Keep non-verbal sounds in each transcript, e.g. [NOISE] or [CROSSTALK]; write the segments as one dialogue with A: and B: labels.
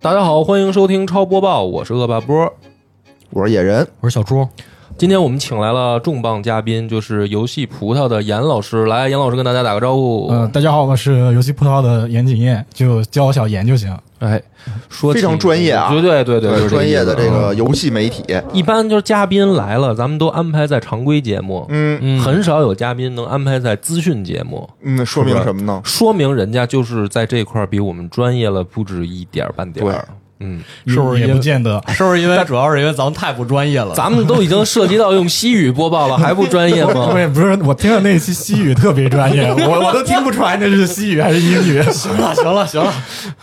A: 大家好，欢迎收听超播报，我是恶霸波。
B: 我是野人，
C: 我是小朱，
A: 今天我们请来了重磅嘉宾，就是游戏葡萄的严老师。来，严老师跟大家打个招呼。
D: 嗯、大家好，我是游戏葡萄的严景燕，就叫我小严就行。
A: 哎，说
B: 非常
A: 起
B: 专业啊
A: 对对对就是这个
B: 专
A: 意思
B: 业的这个游戏媒体，
A: 一般就是嘉宾来了，咱们都安排在常规节目，
B: 嗯
C: 嗯
A: 很少有嘉宾能安排在资讯节目，
B: 嗯，说明什么呢？
A: 说明人家就是在这块儿比我们专业了不止一点儿半点儿。嗯，
C: 是不是
D: 也也
C: 因为
D: 不见得？
C: [LAUGHS] 是不是因为主要是因为咱们太不专业了？
A: 咱们都已经涉及到用西语播报了，还不专业吗
D: [LAUGHS] 我？也不是，我听的那期西语特别专业，我我都听不出来那是西语还是英语。
C: [LAUGHS] 行了，行了，行了，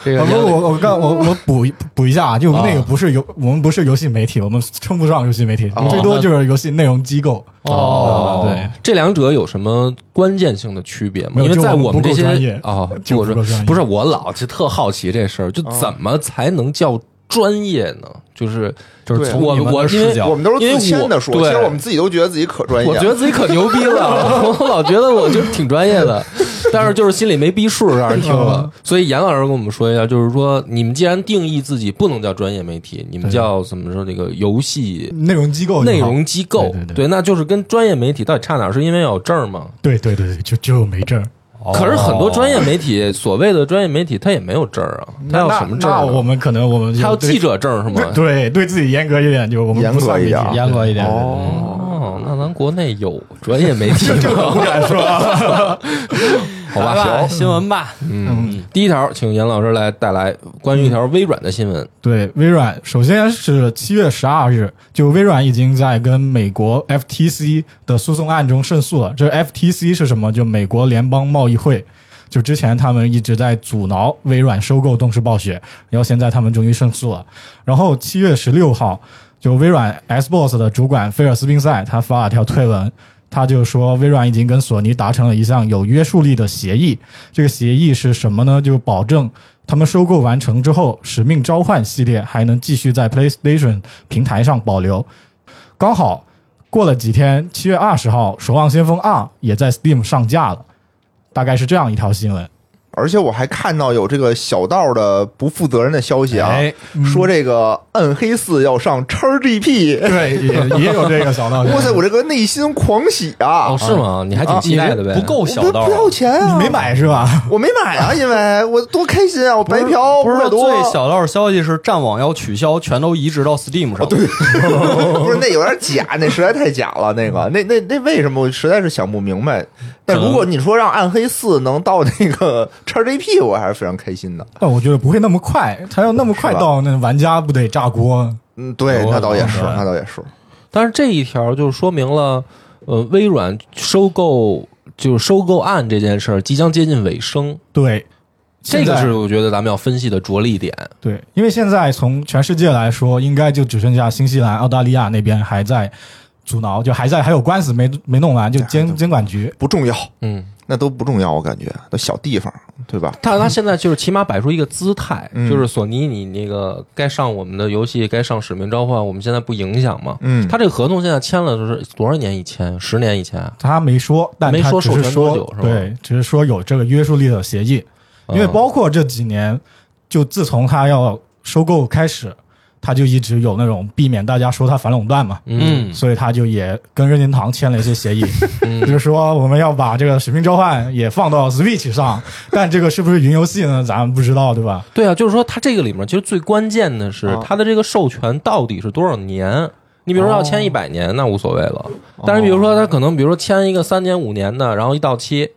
A: 这
D: 我
A: 个
D: 我我我刚我我补一补一下啊，就我们那个不是游，我们不是游戏媒体，我们称不上游戏媒体，
B: 哦
D: 最多就是游戏内容机构。啊
A: 哦，
D: 对，
A: 这两者有什么关键性的区别吗？
D: 没有
A: 因为在我们这
D: 就我们不够专
A: 些
D: 业
A: 啊，
D: 就
A: 我
D: 不够专
A: 说
D: 业
A: 不是我老就特好奇这事儿，就怎么才能叫专业呢？就是
C: 就是
B: 对
C: 从
A: 我
C: 你们
A: 我
C: 的
A: 因为
C: 视角，
B: 我们都是自谦的说
A: 因，为
B: 其
A: 我
B: 实我们自己都觉得自己可专业
A: 我
B: 了，
A: 觉得自己可牛逼了，
B: [LAUGHS]
A: 我老觉得我就挺专业的，但是就是心里没逼数让人听了。
D: 嗯
A: 所以严老师跟我们说一下，就是说你们既然定义自己不能叫专业媒体，你们叫怎么说这个游戏
D: 内容机构就好，
A: 内容机构
D: 哦对对？对
A: 对，那就是跟专业媒体到底差哪儿？是因为有证儿吗？
D: 对对对对，就就没证儿。
C: 哦
A: 可是很多专业媒体，所谓的专业媒体，他也没有证儿啊，他要什么证儿
D: 那
A: 啊？
D: 我们可能我们就
A: 他要记
D: 对
A: 者证儿是吗？
D: 对对自己严格一点，就是我们
B: 严
D: 不算
B: 格一点
D: 媒体
B: 啊
C: 严格一点。
A: 哦，那咱国内有专业媒体
D: 不
A: 吗？
D: 敢说啊。
A: 好
C: 来
A: 吧，
C: 吧，新闻吧，
A: 嗯，第一条，请严老师来带来关于一条微软的新闻。
D: 对，微软首先是七月十二日，就微软已经在跟美国 FTC 的诉讼案中胜诉了。这 FTC 是什么？就美国联邦贸易会。就之前他们一直在阻挠微软收购动视暴雪，然后现在他们终于胜诉了。然后七月十六号，就微软 Xbox 的主管菲尔斯宾塞他发了条推文，他就说微软已经跟索尼达成了一项有约束力的协议，这个协议是什么呢？就保证他们收购完成之后，《使命召唤》系列还能继续在 PlayStation 平台上保留。刚好过了几天，七月二十号，《守望先锋二》也在 Steam 上架了，大概是这样一条新闻。
B: 而且我还看到有这个小道的不负责任的消息啊，
C: 哎
B: 说这个暗黑四要上
D: [LAUGHS]
B: XGP，
D: 对，也也有这个小道
B: 哇塞，我这个内心狂喜啊！
A: 哦，是吗？你还挺期待的呗？
C: 不够
B: 我
C: 小
B: 不
C: 道
B: 不，要钱啊！
D: 你没？买是吧？
B: 我没买啊，因为我多开心啊！我白嫖
C: 不是
B: 五百
C: 说
B: 多，
C: 最小道消息是战网要取消，全都移植到 Steam 哦上。对，
B: [LAUGHS] 不是那有点假，那实在太假了。那个，那那那为什么我实在是想不明白？但如果你说让《暗黑四》能到那个 XGP，我还是非常开心的。
D: 但我觉得不会那么快，他要那么快
B: 是吧
D: 到，那玩家不得炸锅？
B: 嗯，对，
A: 有
B: 那倒也是，
D: 可能
B: 那倒也是。
A: 但是这一条就说明了，呃，微软收购就是收购案这件事儿即将接近尾声，
D: 对，
A: 这
D: 现在
A: 个是我觉得咱们要分析的着力点。
D: 对，因为现在从全世界来说，应该就只剩下新西兰、澳大利亚那边还在阻挠，就还在还有官司没没弄完，就监监管局。
B: 不重要，
A: 嗯，
B: 那都不重要，我感觉都小地方，对吧？
A: 但是他现在就是起码摆出一个姿态，
B: 嗯
A: 就是索尼，你那个该上我们的游戏，该上《使命召唤》，我们现在不影响嘛。
B: 嗯，
A: 他这个合同现在签了，就是多少年以前？十年以前啊？
D: 他没说，但
A: 没
D: 他
A: 说
D: 只
A: 授
D: 是
A: 权
D: 说
A: 多久是吧
D: 对，只是说有这个约束力的协议，因为
A: 嗯
D: 包括这几年，就自从他要收购开始，他就一直有那种避免大家说他反垄断嘛，
A: 嗯
D: 所以他就也跟任天堂签了一
A: [LAUGHS]
D: 些协议，嗯就是说我们要把这个《使命召唤》也放到
A: [LAUGHS]
D: Switch 上，但这个是不是云游戏呢？咱们不知道，对吧？
A: 对啊，就是说它这个里面其实最关键的是
B: 啊
A: 它的这个授权到底是多少年。你比如说
B: 哦
A: 要签一百年，那无所谓了。但是比如说他可能，比如说签一个三年五年的，然后一到期，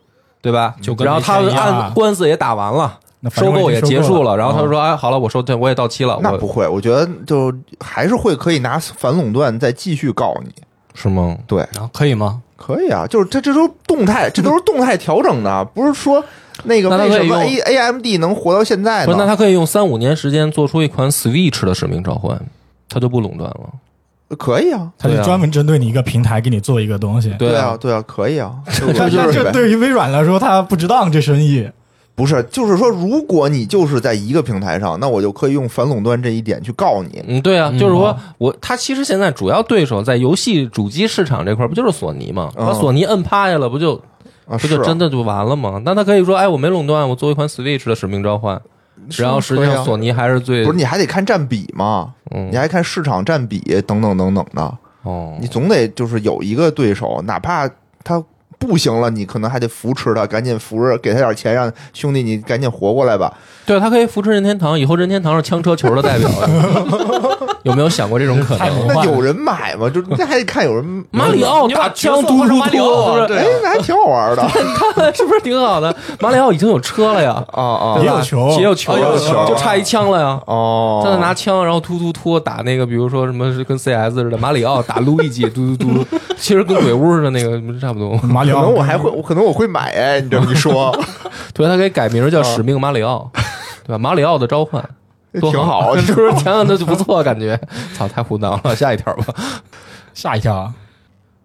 A: 对吧？
C: 就跟
A: 然后
C: 没
A: 他
C: 签一样
A: 按官司也打完了，
D: 那反
A: 收
D: 正
A: 购
D: 我已
A: 也
D: 经
A: 结
D: 收
A: 束
D: 了，
A: 了，然后他说：“哎，好了，我收对我也到期了。”
B: 那
A: 我
B: 不会，我觉得就还是会可以拿反垄断再继续告你。
A: 是吗？
B: 对，
C: 啊可以吗？
B: 可以啊，就是这这都是动态，这都是动态调整的，啊不是说那个
A: 那他
B: 为
A: 可以
B: 什
A: 用
B: 么 A A M D 能活到现在
A: 不是，那
B: 呢？
A: 他可以用三五年时间做出一款 Switch 的使命召唤，他就不垄断了。
B: 可以啊，
D: 他
A: 对
D: 就
A: 啊
D: 专门针对你一个平台给你做一个东西。
A: 对
B: [LAUGHS] 啊，，对啊，可以啊，这
D: 但
B: 我
D: 但
B: 就是
D: 这对于微软来说，它不值当这生意。
B: 不是，就是说，如果你就是在一个平台上，那我就可以用反垄断这一点去告你。
A: 嗯，对啊，
C: 嗯
A: 就是说我他其实现在主要对手在游戏主机市场这块儿不就是索尼吗？
B: 嗯
A: 把索尼摁趴下了，不就
B: 啊，
A: 不
B: 是
A: 就
B: 啊
A: 真的就完了吗？那他可以说，哎，我没垄断，我做一款 Switch 的使命召唤，然后实际
B: 可以
A: 上
B: 啊
A: 索尼还是最
B: 不是你还得看占比嘛，
A: 嗯
B: 你还看市场占比等等等等的，
A: 哦
B: 你总得就是有一个对手，哪怕他不行了，你可能还得扶持他，赶紧扶着，给他点钱，让兄弟你赶紧活过来吧。
A: 对，他可以扶持任天堂，以后任天堂是枪车球的代表呀，
B: [LAUGHS]
A: 有没有想过这种可
C: 太
A: 能？
C: 魔
B: 那
C: 幻
B: 有人买吗？就那还得看有人
A: 马里奥
C: 你
A: 打
C: 把
A: 枪
C: 角色
A: 嘟
C: 换
A: 嘟
C: 成马里奥
A: 托，是
C: 是吧
A: 不
B: 哎，那还挺好玩的
A: 是？是不是挺好的？马里奥已经有车了呀，
B: 啊啊
D: 也有球，
A: 也有球，
B: 也哦有球
A: 就差一枪了呀。
B: 哦！
A: 他在拿枪，然后突突突打那个，比如说什么是跟 CS 似的，马里奥打路易吉，嘟嘟嘟，其实跟鬼屋似的那个差不多。
D: 马里
B: 可
D: 奥，
B: 能我还会，我可能我会买哎，你这么一说，
A: 对，他可以改名
B: 啊
A: 叫使命马里
B: [LAUGHS]
A: 奥，对吧？马里奥的召唤。多啊 [LAUGHS]
B: 挺好
A: 是不是想想那就不错？感觉，操，太胡闹了，下一条
B: [LAUGHS]
A: 吧。
D: 下一条啊，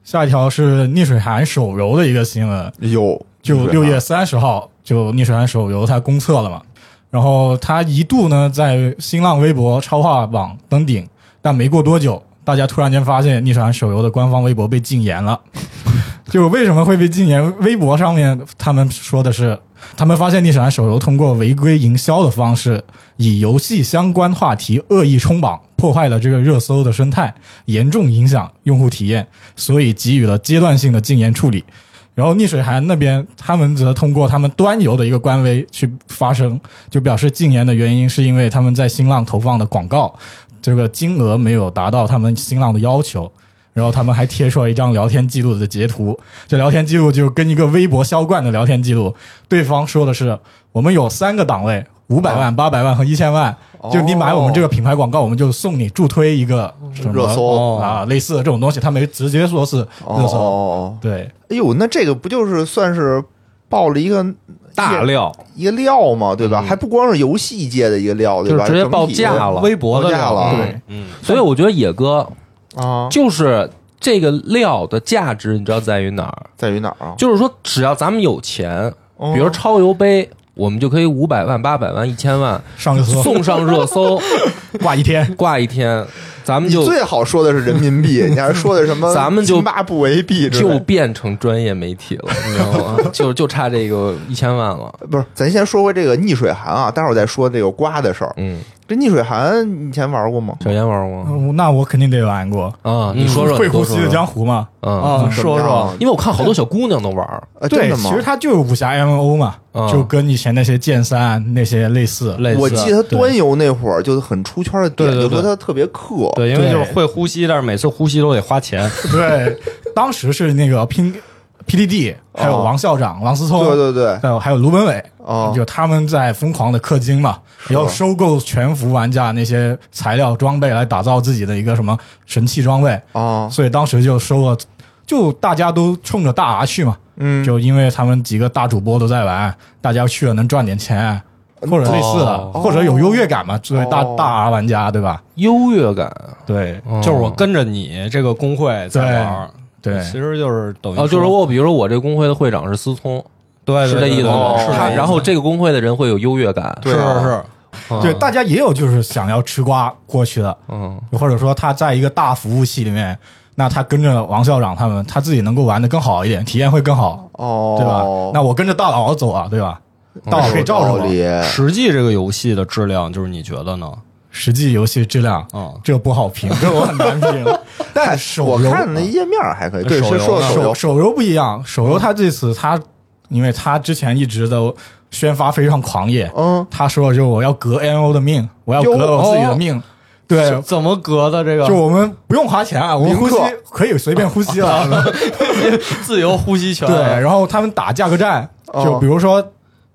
D: 下一条是逆水寒手游的一个新闻，
B: [LAUGHS] 有啊
D: 就六月
B: 月
D: 三十号，就逆水寒手游它公测了嘛，然后它一度呢在新浪微博超话榜登顶，但没过多久，大家突然间发现逆水寒手游的官方微博被禁言了。 [LAUGHS] 就为什么会被禁言？微博上面他们说的是，他们发现逆水寒手游通过违规营销的方式，以游戏相关话题恶意冲榜，破坏了这个热搜的生态，严重影响用户体验，所以给予了阶段性的禁言处理。然后逆水寒那边，他们则通过他们端游的一个官微去发声，就表示禁言的原因是因为他们在新浪投放的广告这个金额没有达到他们新浪的要求。然后他们还贴出了一张聊天记录的截图，这聊天记录就跟一个微博销冠的聊天记录，对方说的是我们有三个档位，五百万、八百万和一千万，就你买我们这个品牌广告，我们就送你助推一个什么
B: 嗯热搜
A: 哦
D: 啊，类似的这种东西，他没直接说是热搜，
B: 哦，
D: 对，
B: 哎呦，那这个不就是算是爆了一个
A: 大料
B: 一个料嘛，对吧？还不光是游戏界的一个料，对
A: 就是
B: 吧？
A: 直接
B: 整体
A: 报价了，
C: 微博的
B: 报价
C: 料
B: 了
C: 对，
A: 所以我觉得野哥
B: 啊，
A: 就是这个料的价值，你知道在于哪儿？
B: 在于哪儿啊？
A: 就是说，只要咱们有钱，
B: 哦
A: 比如超游杯，我们就可以五百万、八百万、一千
B: [LAUGHS]
A: 万
D: 上热搜
A: 送上热搜，
D: 挂一天，
A: 挂一天，咱们
B: 你
A: 就
B: 最好说的是人
A: [LAUGHS]
B: 民币，你还说的什么？
A: 咱们就
B: 八不为币之类
A: 就
B: 的，
A: 变成专业媒体了，你知道吗？就就差这个一千万了。
B: 不是？咱先说回这个逆水寒啊，待会儿再说这个瓜的事儿。
A: 嗯，
B: 这逆水寒你以前玩过吗？
A: 小严玩过吗？
D: 嗯那我肯定得玩过。
B: 嗯
A: 啊，你说说，
D: 会
A: 你多
D: 呼
A: 说
D: 吸的
A: 说
D: 江湖嘛？
A: 嗯，
C: 啊，
B: 怎么
C: 说
B: 样
C: 说，
A: 因为我看好多小姑娘都玩儿，
B: 啊，真
D: 对，
B: 的
D: 其
B: 吗？
D: 实它就是武侠 M O 嘛，
A: 嗯
D: 就跟以前那些剑三啊那些类似。
A: 类似。
B: 我记得他端游那会儿就很出圈的点，
C: 对对
B: 就说
C: 对
B: 他特别克，
C: 对，因为
D: 对
C: 就是会呼吸，但是每次呼吸都得花钱。
D: 对，当时是那个拼 P D D，还有王校长、王思聪，
B: 哦对对对，
D: 还有还有卢本伟，
B: 哦
D: 就他们在疯狂的氪金嘛，然后收购全服玩家那些材料装备来打造自己的一个什么神器装备，
B: 啊，
D: 所以当时就收了，就大家都冲着大 R 去嘛，
B: 嗯，
D: 就因为他们几个大主播都在玩，大家去了能赚点钱，或者类似的，
A: 哦
D: 或者有优越感嘛，作为大、
B: 哦
D: 大 R 玩家，对吧？
A: 优越感啊，
D: 对
C: 就是我跟着你这个工会在玩儿，
D: 对
C: 其实就是等于
A: 哦，就是
C: 说
A: 我，比如说我这工会的会长是思聪，
C: 对
A: 是这意思
B: 哦
A: 吗？
B: 是这
A: 他
B: 意思
A: 然后这个工会的人会有优越感，
B: 对
C: 是
B: 啊
C: 是是，
A: 啊
D: 对，大家也有就是想要吃瓜过去的，
A: 嗯，
D: 或者说他在一个大服务器里面，那他跟着王校长他们，他自己能够玩的更好一点，体验会更好，
B: 哦，
D: 对吧？那我跟着大佬走啊，对吧？大佬可以罩着
B: 有道
D: 我。
B: 理
C: 实际这个游戏的质量，就是你觉得呢？
D: 实际游戏质量，
C: 啊，
D: 这不好
B: [LAUGHS]
D: 评，这我很难评。但哎手游啊嗯
B: 我看那页面还可以，对，
C: 手游
B: 是说的
C: 啊
B: 手游
D: 手手游不一样，手游它这次它，因为它之前一直都宣发非常狂野，
B: 嗯，
D: 他说就是我要革 N O 的命，我要革
B: 哟
D: 我自己的命，对
C: 是。怎么隔的这个？
D: 就我们不用花钱啊，我们呼吸
B: 零氪
D: 可以随便呼吸
B: 哦
D: [LAUGHS] 了。
C: 自由呼吸权，
D: 对，然后他们打价格战，
B: 哦
D: 就比如说，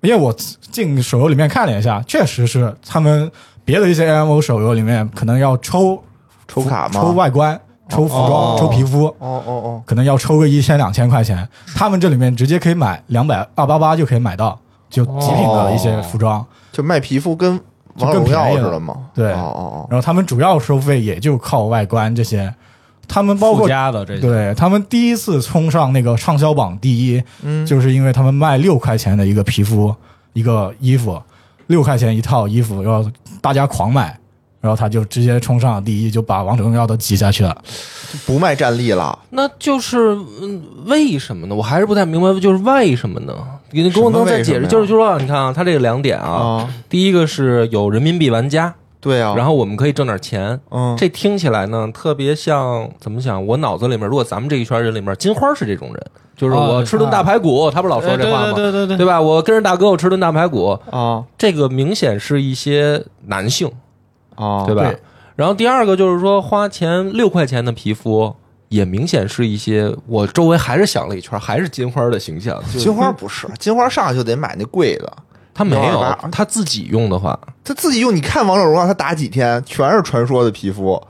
D: 因为我进手游里面看了一下，确实是他们别的一些 M O 手游里面可能要抽
B: 抽卡吗？
D: 抽外观、抽服装、
C: 哦
D: 抽皮肤，
B: 哦哦哦，
D: 可能要抽个一千两千块钱，
C: 嗯
D: 他们这里面直接可以买两百二八八就可以买到，就极品的一些服装。
B: 就卖皮肤跟王者
D: 就更
B: 荣耀
D: 便宜
B: 似
D: 了
B: 的嘛，
D: 对
B: 哦哦
D: 然后他们主要收费也就靠外观这些，他们包
C: 附
D: 括
C: 加的这些，
D: 对他们第一次冲上那个畅销榜第一，
B: 嗯
D: 就是因为他们卖六块钱的一个皮肤一个衣服，六块钱一套衣服，然后大家狂买。然后他就直接冲上第一，就把王者荣耀都挤下去了。
B: 哦，不卖战力了，
A: 那就是嗯，为什么呢？我还是不太明白，就是为什么呢？你给我
B: 什
A: 能
B: 么
A: 再
B: 为什
A: 解
B: 么
A: 释，
B: 呀
A: 就是就说你看啊，它这个两点啊，
B: 啊，
A: 第一个是有人民币玩家，
B: 对啊，
A: 然
B: 后
A: 后我们可以挣点钱。
B: 嗯，
A: 这听起来呢，特别像怎么想？我脑子里面，如果咱们这一圈人里面，金花是这种人，就是
C: 啊哎
A: 我吃顿大排骨，他不老说这话吗？
C: 对对对
A: 对吧？我跟着大哥，我吃顿大排骨，
B: 啊
A: 这个明显是一些男性，
B: 啊，
A: 对吧？
C: 对
A: 然后第二个就是说，花钱六块钱的皮肤，也明显是一些我周围还是想了一圈，还是金花的形象。就
B: 金花不是，金花上来就得买那贵的，
A: 他没
B: 有
A: 有
B: 点儿，
A: 他自己用的话，
B: 他自己用。你看王者荣耀，他打几天全是传说的皮肤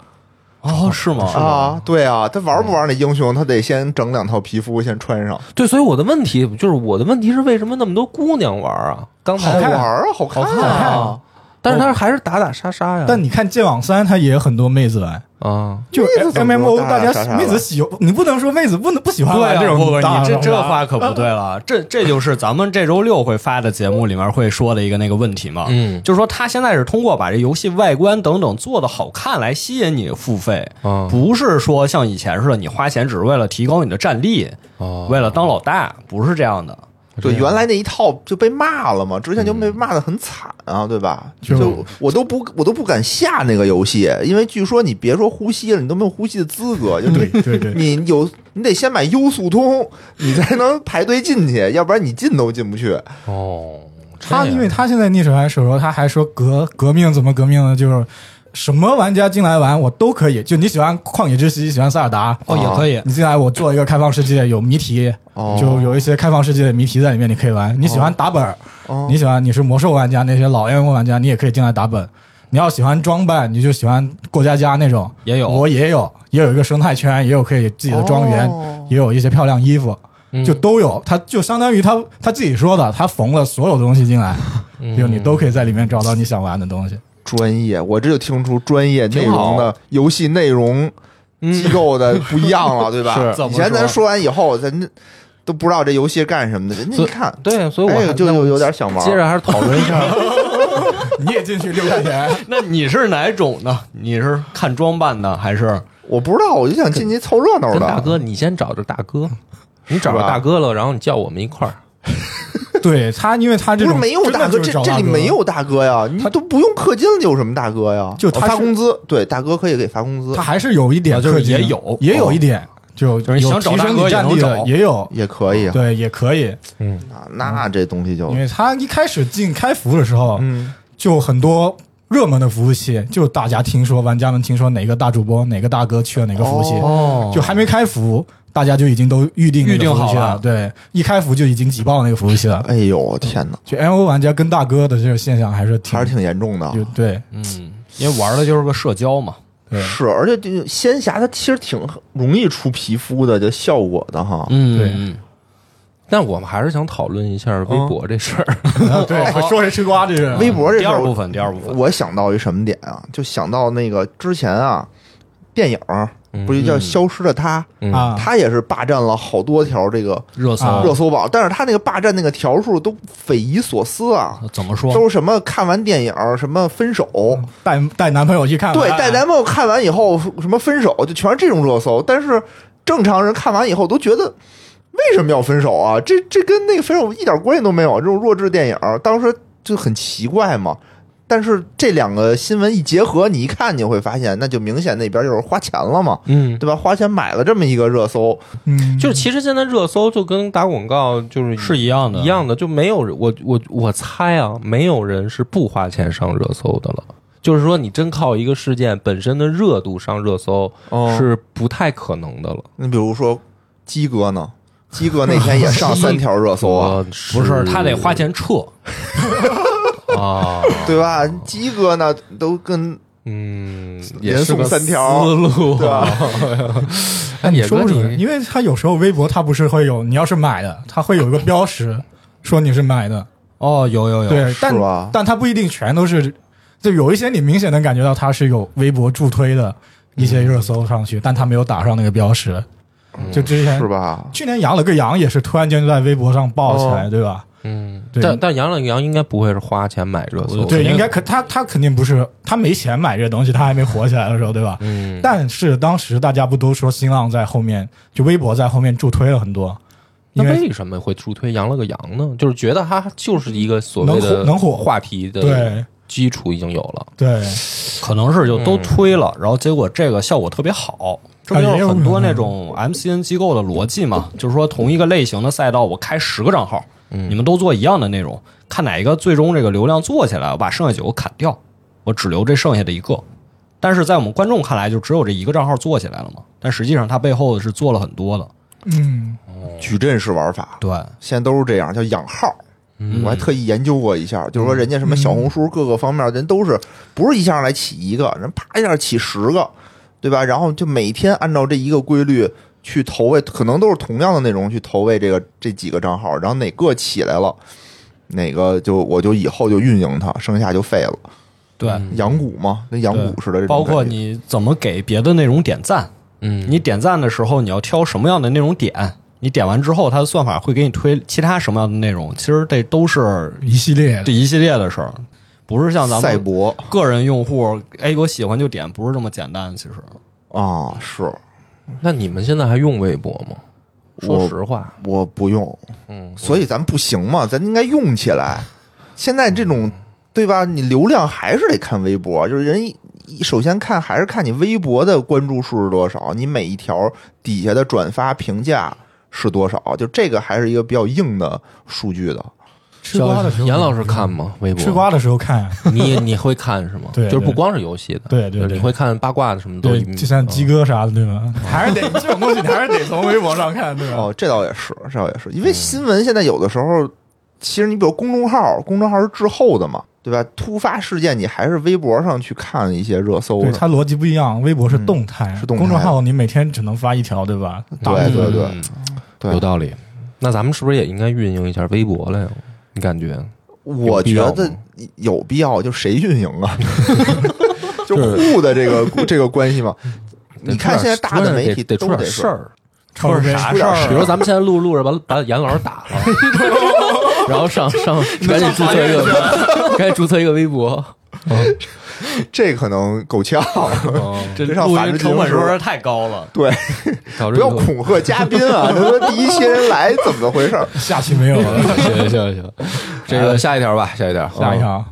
C: 哦，是吗？
B: 啊，对啊，他玩不玩那英雄，他得先整两套皮肤先穿上，
A: 对，所以我的问题就是我的问题是为什么那么多姑娘玩啊？刚
B: 好
A: 才
B: 玩
A: 我，
B: 啊，好看
D: 好看
B: 啊
D: 啊，
A: 但是他还是打打杀杀
C: 嗯
A: 呀。
D: 但你看《剑网三》，它也有很多妹子玩，
A: 啊，
D: 就
B: 妹子怎
D: M
B: 么
D: M
B: 能
D: O
B: 大
D: 大
B: 家
D: 家
B: 啥啥
D: 妹
B: 玩
D: 子喜，你不能说妹子不能不喜欢
C: 对
D: 玩
C: 啊，
D: 这种
C: 不不，
D: 大
C: 你这
D: 众
C: 这
D: 吧
C: 话呃可不对了，这这就是咱们这周六会发的节目里面会说的一个那个问题嘛，
A: 嗯
C: 就是说他现在是通过把这游戏外观等等做的好看来吸引你付费，
A: 啊
C: 不是说像以前似的你花钱只是为了提高你的战力，
A: 哦
C: 为了当老大，不是这样 [LAUGHS] 的。
B: 对，原来那一套就被骂了嘛，之前就被骂的很惨啊，对吧？
D: 就
B: 就我都不我都不敢下那个游戏，因为据说你别说呼吸了，你都没有呼吸的资格，就
D: [LAUGHS] 对
B: 是
D: 对
C: [LAUGHS]
D: 对，
B: 你有你得先买优速通，你才能排队进去，要不然你进都进不去。
A: 哦，这
D: 他
A: 样
D: 因为他现在逆水寒手游，他还说革革命怎么革命呢？就是什么玩家进来玩我都可以，就你喜欢旷野之息，喜欢塞尔达，啊
B: 哦也可
C: 以
D: 你进来我做一个开放世界，有谜题，
B: 哦
D: 就有一些开放世界的谜题在里面，你可以玩。你喜欢打本儿，
B: 哦
D: 你喜欢你是魔兽玩家，那些老 M 玩家你也可以进来打本。你要喜欢装扮，你就喜欢过家家那种，
C: 也有
D: 我也有，也有一个生态圈，也有可以自己的庄园，
B: 哦
D: 也有一些漂亮衣服。
A: 嗯
D: 就都有，他就相当于他他自己说的，他缝了所有东西进来，[LAUGHS]
C: 嗯
D: 就你都可以在里面找到你想玩的东
C: [LAUGHS]
D: 西。
B: 专业，我这就听出专业内
C: 挺好
B: 容的游戏内容机构的不一样了，对吧？
C: 是
B: 以前
C: 怎么
B: 咱
C: 说
B: 说完以后，咱都不知道这游戏干什么的，人家一
A: 所以
B: 看，
A: 对，所以我
B: 哎
A: 还
B: 就
A: 那
B: 有
A: 我
B: 有点想玩。
A: 接着还是讨论一下。
D: [LAUGHS] 你也进去六块钱，
C: 那你是哪种呢？你是看装扮的还是？
B: 我不知道，我就想进去凑热闹
A: 跟
B: 的。
A: 大哥，你先找着大哥，你找着
B: 是吧
A: 大哥了，然后你叫我们一块儿。
D: 对他，因为他这
B: 不是
D: 种
B: 没有
D: 真的
B: 大哥，
D: 就是
B: 这
D: 找
B: 这
D: 大
B: 里
D: 哥
B: 没有大哥呀，你都不用氪金了，有什么大哥呀？
D: 就
B: 哦
D: 他
B: 发
D: 是
B: 工资，对，大哥可以给发工资
D: 他，还是有一点
C: 啊就是
D: 氪金的
C: 也有
D: 也有一点，就
C: 就是想
D: 有
C: 找
D: 提
C: 大
D: 升
C: 哥
D: 你
C: 也
D: 战
C: 能
D: 力的
C: 找
D: 也有，
B: 也可以。啊
D: 对，也可以，
A: 嗯，
B: 那那这东西就
D: 因为他一开始进开服的时候，
B: 嗯
D: 就很多。热门的服务器，就大家听说，玩家们听说哪个大主播、哪个大哥去了哪个服务器，
C: 哦
D: 就还没开服，大家就已经都预定那个
C: 预定
D: 服务器
C: 好了
D: 了。对，一开服就已经挤爆那个服务器了。
B: 哎呦我天哪，
D: 就 M O 玩家跟大哥的这个现象还是挺
B: 还是挺严重的。
D: 就对
C: 嗯，因为玩的就是个社交嘛。
D: 对
C: [LAUGHS]
B: 是，而且这仙侠它其实挺容易出皮肤的，就效果的哈。
C: 嗯
D: 对
C: 嗯
A: 但我们还是想讨论一下微博这事儿。
D: 对，说是吃瓜这啊是
B: 哦微博这
C: 第
B: 事
C: 二
B: 儿
C: 部分，第二部分，
B: 我想到一什么点啊？就想到那个之前啊，电影儿
A: 嗯
B: 不就叫《消失的她》
A: 嗯
D: 啊，
B: 她也是霸占了好多条这个
C: 热
D: 啊
B: 热搜榜，但是她那个霸占那个条数都匪夷所思啊，
C: 怎么说
B: 都是什么看完电影儿什么分手，
D: 带带男朋友嗯去看完，
B: 对，带男朋友看完以后什么分手，就全是这种热搜。但是正常人看完以后都觉得。为什么要分手啊？这这跟那个分手一点关系都没有。这种弱智电影儿当时就很奇怪嘛。但是这两个新闻一结合，你一看你就会发现，那就明显那边就是花钱了嘛，
A: 嗯，
B: 对吧？花钱买了这么一个热搜，
A: [LAUGHS]
D: 嗯，
A: 就其实现在热搜就跟打广告就是
C: 是一样的，
A: 一样的，就没有我我我猜啊，没有人是不花钱上热搜的了。就是说，你真靠一个事件本身的热度上热搜
B: 哦
A: 是不太可能的了。
B: 你比如说鸡哥呢， [LAUGHS] 鸡哥那天也上三条热搜啊，
A: 我
C: 不是他得花钱撤，
A: 啊，
B: 对吧？鸡哥呢都跟
A: 嗯，也
B: 连
A: 是
B: 送
A: 个
B: 三条
A: 思路啊
B: 对吧？ [LAUGHS]
D: 哎你
A: 也
D: 说
A: 跟
D: 不准，
A: 你
D: 因为他有时候微博他不是会有，你要是买的，他会有一个标识说你是买的，
C: 哦，有
A: 哎
C: 有有，
D: 对，但
B: 是吧
D: 但他不一定全都是，就有一些你明显能感觉到他是有微博助推的一些热搜上
A: 嗯
D: 去，但他没有打上那个标识。就之前
B: 是吧？
D: 去年养了个羊也是突然间就在微博上爆起来，对吧？
A: 嗯，
D: 对
A: 但但杨冷阳应该不会是花钱买热搜，
D: 对，
C: 肯定
D: 应该可他他肯定不是他没钱买这个东西，他还没火起来的时候，对吧？
A: 嗯，
D: 但是当时大家不都说新浪在后面，就微博在后面助推了很多，
A: 那
D: 因为
A: 为什么会助推羊了个羊呢？就是觉得它就是一个所谓的
D: 能火能火
A: 话题的
D: 对
A: 基础已经有了，
D: 对，
C: 可能是就都推
B: 嗯
C: 了，然后结果这个效果特别好。这不就是很多那种 MCN 机构的逻辑嘛？就是说同一个类型的赛道，我开十个账号，
B: 嗯
C: 你们都做一样的内容，看哪一个最终这个流量做起来，我把剩下九个砍掉，我只留这剩下的一个。但是在我们观众看来，就只有这一个账号做起来了嘛？但实际上它背后是做了很多的。
D: 嗯，
B: 矩阵式玩法，
C: 对，
B: 现在都是这样，叫养号。我还特意研究过一下，就是说人家什么小红书各个方面，人都是不是一下来起一个，人啪一下起十个，对吧？然后就每天按照这一个规律去投喂，可能都是同样的内容去投喂这个这几个账号，然后哪个起来了，哪个就我就以后就运营它，剩下就废了。
C: 对，
B: 养股嘛，跟养股似的这种感觉，
C: 包括你怎么给别的内容点赞，
A: 嗯，
C: 你点赞的时候，你要挑什么样的内容点？你点完之后，它的算法会给你推其他什么样的内容？其实这都是
D: 一系列的
C: 这一系列的事儿，不是像咱
B: 赛
C: 们
B: 博
C: 个人用户，哎，我喜欢就点，不是这么简单。其实
B: 啊，是
A: 那你们现在还用微博吗？说
B: 我
A: 实话，
B: 我不用，
A: 嗯，
B: 所以咱不行嘛，咱应该用起来。现在这种对吧？你流量还是得看微博，就是人一一首先看还是看你微博的关注数是多少，你每一条底下的转发评价是多少，就这个还是一个比较硬的数据的。
D: 吃瓜的时候，嗯
A: 严老师看吗？微博
D: 吃瓜的时候看，
A: 你你会看是吗？
D: 对
A: 就是不
D: 对
A: 光是游戏的，
D: 对
A: 就
D: 对
A: 是
D: 对
A: 你会看八卦的什么都
D: 对，
A: 嗯
D: 就像鸡哥啥的，对吧？ [LAUGHS] 还是得这种东西，你还是得从微博上看，对吧？
B: 哦，这倒也是，这倒也是，因为新闻现在有的时候，其实你比如公众号，公众号是滞后的嘛，对吧？突发事件你还是微博上去看一些热搜
D: 对，
B: 呢。
D: 它逻辑不一样，微博是动态，
B: 是动态
D: 公众号你每天只能发一条，对吧？大
B: 对对对，
A: 嗯
B: 对
A: 有道理。那咱们是不是也应该运营一下微博了呀？你感觉？
B: 我觉得有必要，就谁运营啊？就互的这个这个关系嘛。你看现在大的媒体
A: 得
B: 都
A: 出点
B: 得
A: 事
B: 是，
A: 儿，
D: 超
C: 出
D: 市
C: 点
D: 啥啊
C: 啥
B: 出
C: 事
B: 点
C: 儿？
A: 比如咱们现在录录着，把把严老师打了，然后上上赶紧注册一个，赶紧注册一个微博。
B: 这可能够呛。 [LAUGHS]
C: 这
A: 哦
B: 这上
C: 录
B: 法
C: 音
B: 制进
C: 成
B: 行
C: 本
B: 时
C: 是不
B: 候
C: 是太高了？
B: 对，
A: 搞
B: 不
A: 这
B: 要
A: 个
B: 恐吓嘉宾啊！ [LAUGHS] 他说第一期人来怎么回事儿？
D: 下期没有了。
C: [LAUGHS]
A: 行行行，这个下一条吧，下一
C: 哎
A: 条，
D: 下一条，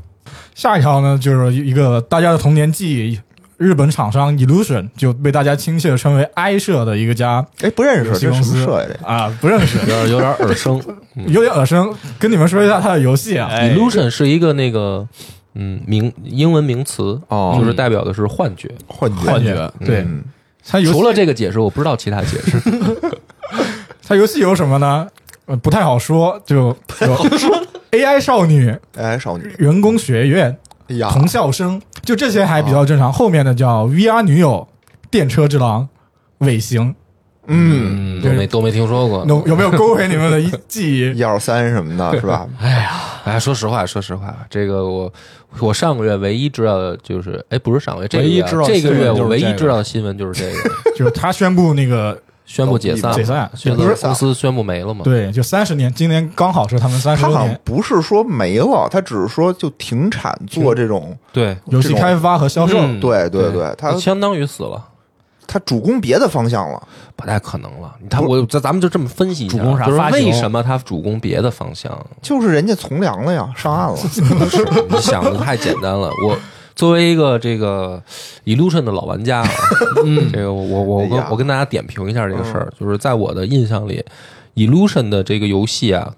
D: 下一条呢，就是一个大家的童年记忆，日本厂商 Illusion 就被大家亲切的称为哀社的一个家
B: 哎，不认识
D: 游戏
B: 这
D: 公
B: 什么
D: 司
B: 社呀？这
D: 啊，不认识，
A: 有点有点耳生。
D: 有点耳生。跟你们说一下它的游戏啊，
C: 哎
A: Illusion 是一个那个嗯名英文名词，
B: 哦
A: 就是代表的是幻觉。
B: 幻觉，
C: 幻觉
D: 对
B: 嗯
D: 它游戏
A: 除了这个解释，我不知道其他解
C: [LAUGHS]
A: 释。
D: 它游戏有什么呢？呃不太好说，就有 [LAUGHS] AI 少女、
B: 哎，少女，
D: 员工学院、
B: 哎呀，
D: 藤校生，就这些还比较正常。后面的叫 VR 女友、电车之狼、尾行，
B: 嗯，
A: 嗯，都没都没听说过。
D: 有有没有勾回你们的一记
A: [LAUGHS]
D: 忆？
B: [LAUGHS] 一二三什么的，是吧？
A: 哎，说实话，说实话，这个我我上个月唯一知道的就是，哎，不是上个月，这个
C: 唯一
A: 月啊
C: 知道
A: 这
C: 新
A: 个
C: 闻
A: 月
C: 就是
A: 我唯
C: 这
A: 一
C: 个
A: 知道的新闻就是这
C: [LAUGHS]
A: 个
D: 就是他宣布那个
A: 宣布解散，
C: 哦
D: 解散
A: 啊宣布
B: 不是
A: 公司宣布没了嘛？
D: 对，就三十年，今年刚好是他们三十
B: 他
D: 周
B: 好像
D: 年。
B: 不是说没了，他只是说就停产做这种，
A: 对
D: 游戏开发和销售，
C: 嗯
B: 对对
A: 对
B: 对，他
A: 相当于死了，
B: 他主攻别的方向了。
A: 不太可能了。他我咱咱们就这么分析一下，啊
C: 主攻啥
A: 就是
C: 发行
A: 为什么他主攻别的方向？
B: 就是人家从良了呀，
A: [LAUGHS]
B: 上岸了。
A: 你想的太简单了。我作为一个这个 Illusion 的老玩
B: [LAUGHS]
A: 家啊，嗯，这个我我我
B: 哎
A: 跟
B: 呀嗯
A: 我跟大家点评一下这个事儿，就是在我的印象里，Illusion 的这个游戏啊，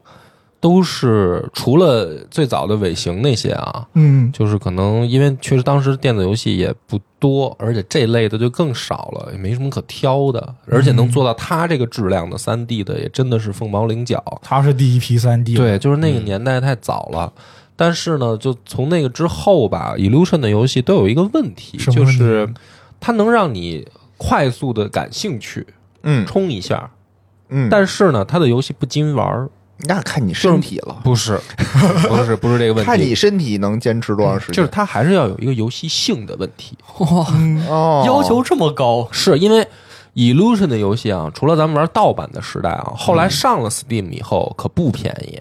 A: 都是除了最早的尾行那些啊。
D: 嗯，
A: 就是可能因为确实当时电子游戏也不多，而且这类的就更少了，也没什么可挑的，而且
B: 嗯
A: 能做到它这个质量的三 D 的也真的是凤毛麟角。啊
D: 他是第一批三 D，，
A: 对，就是那个年代太早了。但是呢，就从那个之后吧，Illusion 的游戏都有一个问题，
D: 什么
A: 就
D: 问题
A: 是它能让你快速的感兴趣，
B: 嗯
A: 冲一下。
B: 嗯，
A: 但是呢，它的游戏不禁玩儿，
B: 那看你身体了，
A: 不 [LAUGHS] 是，不是，不是这个问
B: 看你
A: 题，
B: 身体能坚持多长时间。
A: 就是它还是要有一个游戏性的问题，
B: 哦，
C: 要求这么高，
A: 是因为。Illusion 的游戏啊，除了咱们玩盗版的时代啊，后来上了 Steam 以后可不便宜，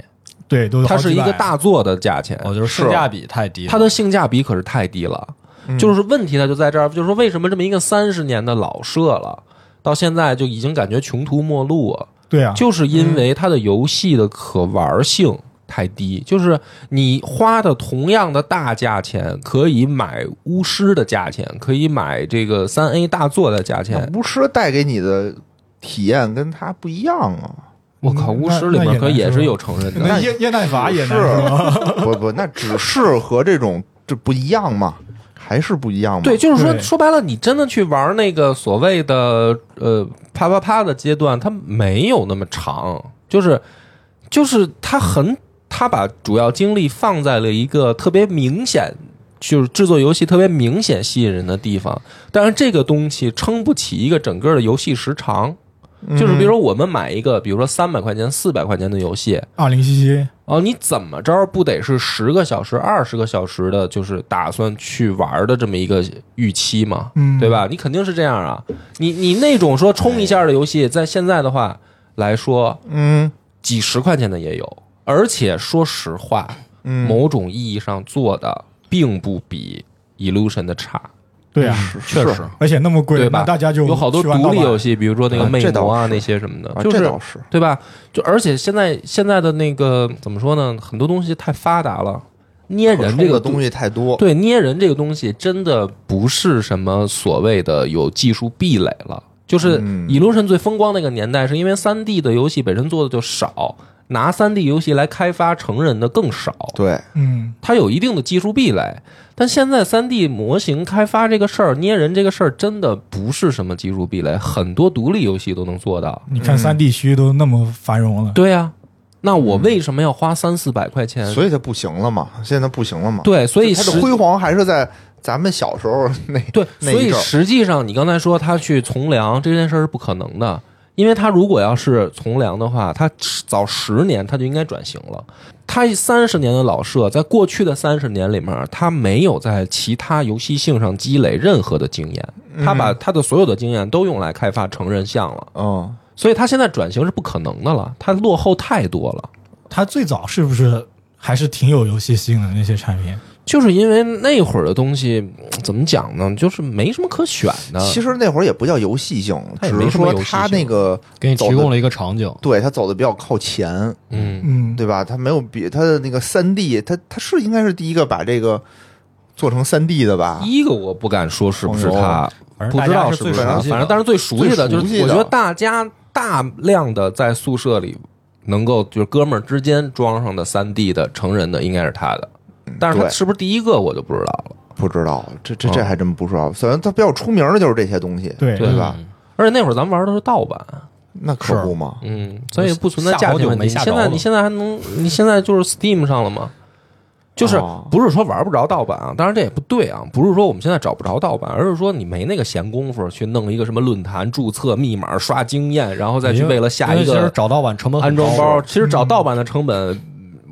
D: 对，都
A: 它
D: 好几
A: 是一个
D: 百，
A: 大作的价钱，
C: 我觉得性价比太低了。
A: 它的性价比可是啊太低了。
D: 嗯
A: 就是问题它就在这儿，就是说为什么这么一个三十年的老社了，到现在就已经感觉穷途末路啊？
D: 对啊，
A: 就是因为它的游戏的可玩性太低，就是你花的同样的大价钱，可以买巫师的价钱，可以买这个三 A 大作的价钱。
B: 巫师带给你的体验跟它不一样啊，
A: 我靠，
D: 嗯
A: 巫
D: 那
A: 师里
D: 那
A: 面
D: 也
A: 可
D: 难
A: 也
D: 说啊
A: 是有成人的，
D: 那叶叶奈法也难
B: 是
D: 说，
B: [LAUGHS] 不不，那只是和这种这不一样嘛，还是不一样嘛。
A: 对，，就是说
D: 对
A: 说白了，你真的去玩那个所谓的呃啪啪啪的阶段，它没有那么长，就是就是它很它把主要精力放在了一个特别明显。就是制作游戏特别明显吸引人的地方，但是这个东西撑不起一个整个的游戏时长。就是比如说我们买一个，比如说三百块钱、四百块钱的游戏，
D: 二零七七，
A: 哦，你怎么着不得是十个小时、二十个小时的，就是打算去玩的这么一个预期嘛，
D: 嗯
A: 对吧？你肯定是这样啊。你你那种说冲一下的游戏，在现在的话来说，
B: 嗯
A: 几十块钱的也有，而且说实话，
B: 嗯，
A: 某种意义上做的并不比 Illusion 的差，
D: 对啊，
C: 确实
B: 是，
D: 而且那么贵，
A: 对吧
D: 那大家就
A: 有好多
D: 去玩
A: 独立
D: 盗版
A: 游戏，比如说那个
B: 啊
A: 魅
B: 这倒
A: 魔啊
B: 是
A: 那些什么的，
B: 啊
A: 就
B: 这
A: 是
B: 倒是，
A: 对吧？就而且现在现在的那个怎么说呢？很多东西太发达了，捏人这
B: 这
A: 个
B: 个
A: 东
B: 东西太多，
A: 对捏人这个东西，真的不是什么所谓的有技术壁垒了。就是
B: 嗯
A: Illusion 最风光那个年代，是因为三 D 的游戏本身做的就少，拿三 D 游戏来开发成人的更少，
B: 对，
D: 嗯，
A: 它有一定的技术壁垒。但现在三 D 模型开发这个事儿，捏人这个事儿，真的不是什么技术壁垒，很多独立游戏都能做到。
D: 你看
B: 嗯
D: 三 D 区都那么繁荣了，
A: 对呀、那我为什么要花三四百块钱？
B: 所以它不行了嘛，现在不行了嘛。
A: 呃对，所以
B: 它
A: 实
B: 的辉煌还是在咱们小时候
A: [LAUGHS]
B: 那
A: 对，
B: 那
A: 所
B: 一
A: 以
B: 阵儿
A: 实际上你刚才说他去从良这件事儿是不可能的，因为他如果要是从良的话，他早十年他就应该转型了。他三十年的老社，在过去的三十年里面，他没有在其他游戏性上积累任何的经验，他把他的所有的经验都用来开发成人像了，
B: 嗯，
A: 所以他现在转型是不可能的了，他落后太多了。
D: 它最早是不是还是挺有游戏性的那些产品？
A: 就是因为那会儿的东西嗯怎么讲呢？就是没什么可选的。
B: 其实那会儿也不叫游戏性，
A: 它也
B: 只
A: 没
B: 是
A: 什么
B: 说
A: 游戏
B: 它
A: 性
B: 那个
C: 给你
B: 走
C: 提
B: 的
C: 供了一个场景，
B: 对它走的比较靠前，
A: 嗯，
D: 嗯，
B: 对吧？它没有比它的那个三 D，它它是应该是第一个把这个做成三 D 的吧？
A: 第一个我不敢说是不是他，
D: 哦反
A: 不
D: 正大
A: 知
D: 家
A: 道
D: 是
A: 是不
D: 最
A: 是他，
D: 熟悉
A: 反
D: 的
A: 正但是最熟悉的就
B: 最熟悉
A: 是，
B: 的
A: 我觉得大家大量的在宿舍里能够就是哥们儿之间装上的三 D 的成人的应该是他的，但是他
B: 对
A: 是不是第一个我就不知道了。
B: 不知道，这这这
A: 嗯
B: 还真不知道。虽然它比较出名的就是这些东西，
D: 对
A: 对
B: 吧？
A: 而且那会儿咱们玩的是盗版，
B: 那可不嘛。
A: 嗯，所以不存在价值问题。你
C: 下好久没
A: 现在
C: 下着了
A: 你现在还能，你现在就是 Steam 上了吗？就是
B: 哦
A: 不是说玩不着盗版啊？当然这也不对啊，不是说我们现在找不着盗版，而是说你没那个闲工夫去弄一个什么论坛、注册密码、刷经验，然后再去为了下一
C: 因为其实
A: 个
C: 找盗版成本很
A: 安装
C: 高哦嗯
A: 包。，其实找盗版的成本，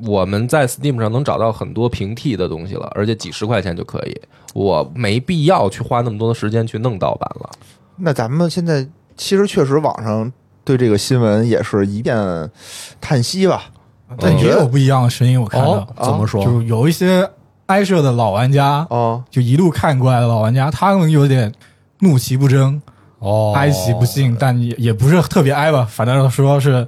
A: 我们在 Steam 上能找到很多平替的东西了，而且几十块钱就可以，我没必要去花那么多的时间去弄盗版了。
B: 那咱们现在其实确实网上对这个新闻也是一片叹息吧？
D: 但
A: 嗯
D: 也有不一样的声音，我看
C: 哦
D: 到，
B: 啊
C: 怎么说？
D: 就有一些哀社的老玩家，
A: 哦
B: 啊，
D: 就一路看过来的老玩家，他们有点怒其不争，
C: 哦，
D: 哀其不幸，但也也不是特别哀吧，反正说是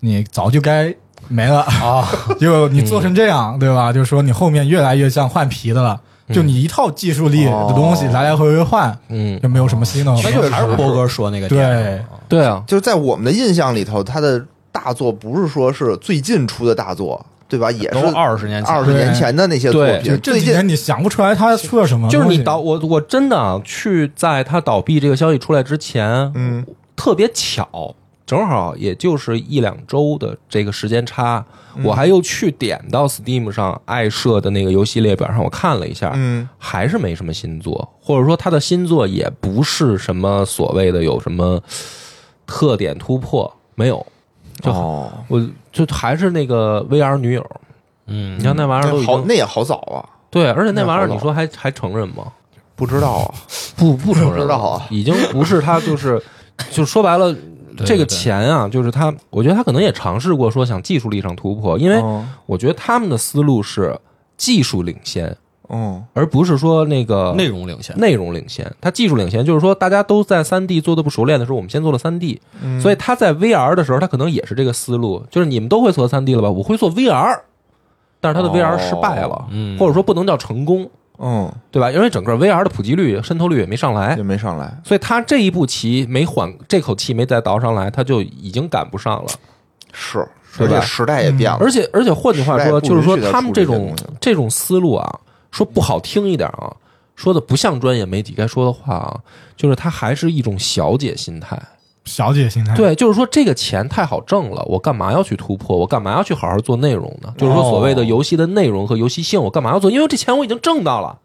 D: 你早就该没了啊， [LAUGHS] 就你做成这样，对吧？就是说你后面越来越像换皮的了，就你一套技术力的东西
B: 哦
D: 来来回回换，
A: 嗯，
D: 就没有什么新的了。
C: 那就还是波哥说那个点上了
A: 对啊，
B: 就是在我们的印象里头，他的大作不是说是最近出的大作，对吧？也
C: 都
B: 是
C: 二十年前，
B: 二十年前的那些作
A: 对
D: 就
B: 品，
D: 这
B: 最
D: 几
B: 近
D: 年你想不出来他出了什么东
A: 就
D: 西，
A: 是你倒我我真的啊，去在他倒闭这个消息出来之前，
B: 嗯，
A: 特别巧，正好也就是一两周的这个时间差，我还又去点到 Steam 上爱社的那个游戏列表上，我看了一下，
B: 嗯，
A: 还是没什么新作，或者说他的新作也不是什么所谓的有什么特点突破，没有。就
B: 哦，
A: 我就还是那个 VR 女友，
C: 嗯
A: 你，像那玩意儿都已
B: 那好，
A: 经
B: 那也好早啊，
A: 对，而且那玩意儿
B: 那好
A: 你说还还承认吗？
B: 不知道啊，
A: 不不承认了，
B: 不知道啊
A: 已经不是他，就是
B: [LAUGHS]
A: 就说白了，
C: 对
A: 这个
C: 对对
A: 钱啊，就是他，我觉得他可能也尝试过
C: 哦
A: 说想技术力上突破，因为
B: 嗯
A: 我觉得他们的思路是技术领先，
B: 嗯
A: 而不是说那个
C: 内容领先。
A: 内容领先，它技术领先，就是说大家都在三 D 做的不熟练的时候，我们先做了三 D，、
B: 嗯
A: 所以他在 VR 的时候，他可能也是这个思路，就是你们都会做三 D 了吧？我会做 VR，但是他的 VR
B: 哦
A: 失败了，
C: 嗯
A: 或者说不能叫成功，
B: 嗯，
A: 对吧？因为整个 VR 的普及率、渗透率也没上来
B: 就，没上来。
A: 所以他这一步棋没缓，这口气没再倒上来，他就已经赶不上了。
B: 是，
A: 对
B: 而
A: 吧嗯
B: 且时代也变了，
A: 而且而且，换句话
B: 时代
A: 说，
B: 不允许
A: 就是说
B: 再
A: 他们
B: 处
A: 这
B: 理这
A: 种
B: 东西了
A: 这种思路啊，说不好听一点啊，说的不像专业媒体该说的话啊，就是他还是一种小姐心态。
D: 小姐心态，
A: 对，就是说这个钱太好挣了，我干嘛要去突破？我干嘛要去好好做内容
B: 哦
A: 呢？就是说所谓的游戏的内容和游戏性，我干嘛要做？因为这钱我已经挣到了，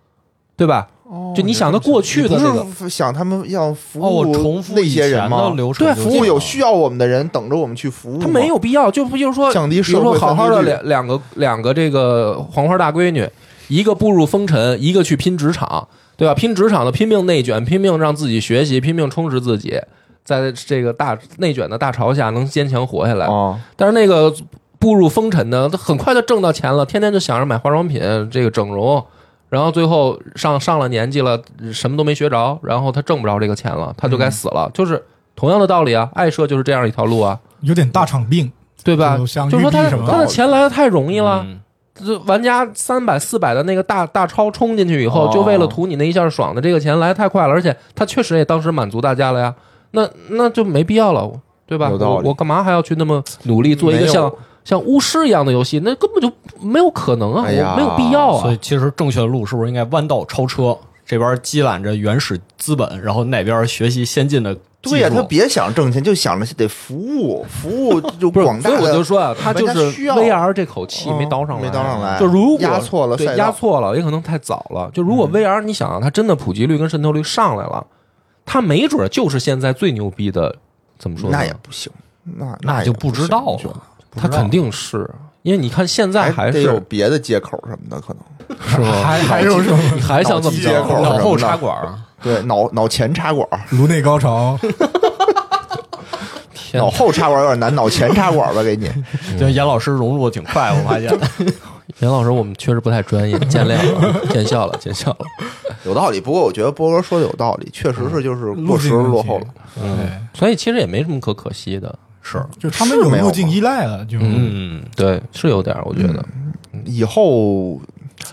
A: 对吧？
B: 哦
A: 就你想的过去的
B: 不
A: 那个，
B: 是想他们要服
C: 哦，我
B: 务
C: 重复
B: 那
C: 以
B: 些
C: 前
B: 人
C: 的
B: 吗？
C: 流程
A: 对
C: 就行了，
B: 服务有需要我们的人等着我们去服务吗，
A: 他没有必要，就比如说，
B: 降低
A: 比
B: 社
A: 如说
B: 会
A: 好
B: 分
A: 好
B: 配
A: 的
B: 率
A: 两两个两个这个黄花大闺女，一个步入风尘，一个去拼职场，对吧？拼职场的拼命内卷，拼命让自己学习，拼命充实自己，在这个大内卷的大潮下能坚强活下来。
B: 啊，
A: 但是那个步入风尘的，他很快就挣到钱了，天天就想着买化妆品，这个整容，然后最后上上了年纪了，什么都没学着，然后他挣不着这个钱了，他就
B: 嗯
A: 该死了。就是同样的道理啊，爱社就是这样一条路啊，
D: 有点大场病，
A: 对吧？
D: 就像
A: 就是说他
D: 玉璧什么
A: 他的钱来的太容易了。
C: 嗯
A: 这玩家三百四百的那个大大超冲进去以后，
B: 哦
A: 就为了图你那一下爽的这个钱来得太快了，而且他确实也当时满足大家了呀，那那就没必要了，对吧？
B: 有道
A: 我
B: 理
A: 我干嘛还要去那么努力做一个
B: 没有
A: 像像巫师一样的游戏？那根本就没有可能啊，
B: 哎呀
A: 我没有必要
C: 所
A: 啊
C: 以。其实正确的路是不是应该弯道超车？这边积攒着原始资本，然后那边学习先进的技术
B: 对呀，他别想挣钱，就想着得服务，服务就
A: 不是
B: 广，大
A: 所以
B: 的，
A: 我就说啊，他就
B: 玩家
A: 是
B: 需要嗯
A: VR 这口气没倒上来，
B: 没倒上来，
A: 就如果
B: 压错了赛道，嗯
A: 对，压错了，也可能太早了。就如果 VR，你想啊，它真的普及率跟渗透率上来了，它没准就是现在最牛逼的，怎么说呢？
B: 那也不行，那
C: 那
B: 也
C: 就
B: 不
C: 不知道了
B: 行我觉得
A: 它肯定是，因为你看现在
B: 还
A: 是
B: 得有别的接口什么的，可能
A: 是吧？
D: 还还有什么
A: 你 [LAUGHS] 还想怎么
B: 脑机接口
A: 着？
C: 脑后插管儿，
B: 对脑脑前插管，
D: 颅内高潮，
A: 天
B: 脑，后插管有点难，脑前插管吧，给你 [LAUGHS]
C: 就严老师融入的挺快，我发现。
A: 严老师，我们确实不太专业，见谅了，见笑了，见笑了。
B: 有道理。不过我觉得波哥说的有道理，确实是就是过
D: 嗯路
B: 时
D: 径问
B: [LAUGHS] 落
D: 题
B: 后了，，
D: 对，
A: [LAUGHS] 所以其实也没什么可可惜的，
C: 是，
D: 就他们有
B: 是没有
D: 路径依赖了，就
C: 嗯，
A: 对，是有点儿，我觉得。
B: 以后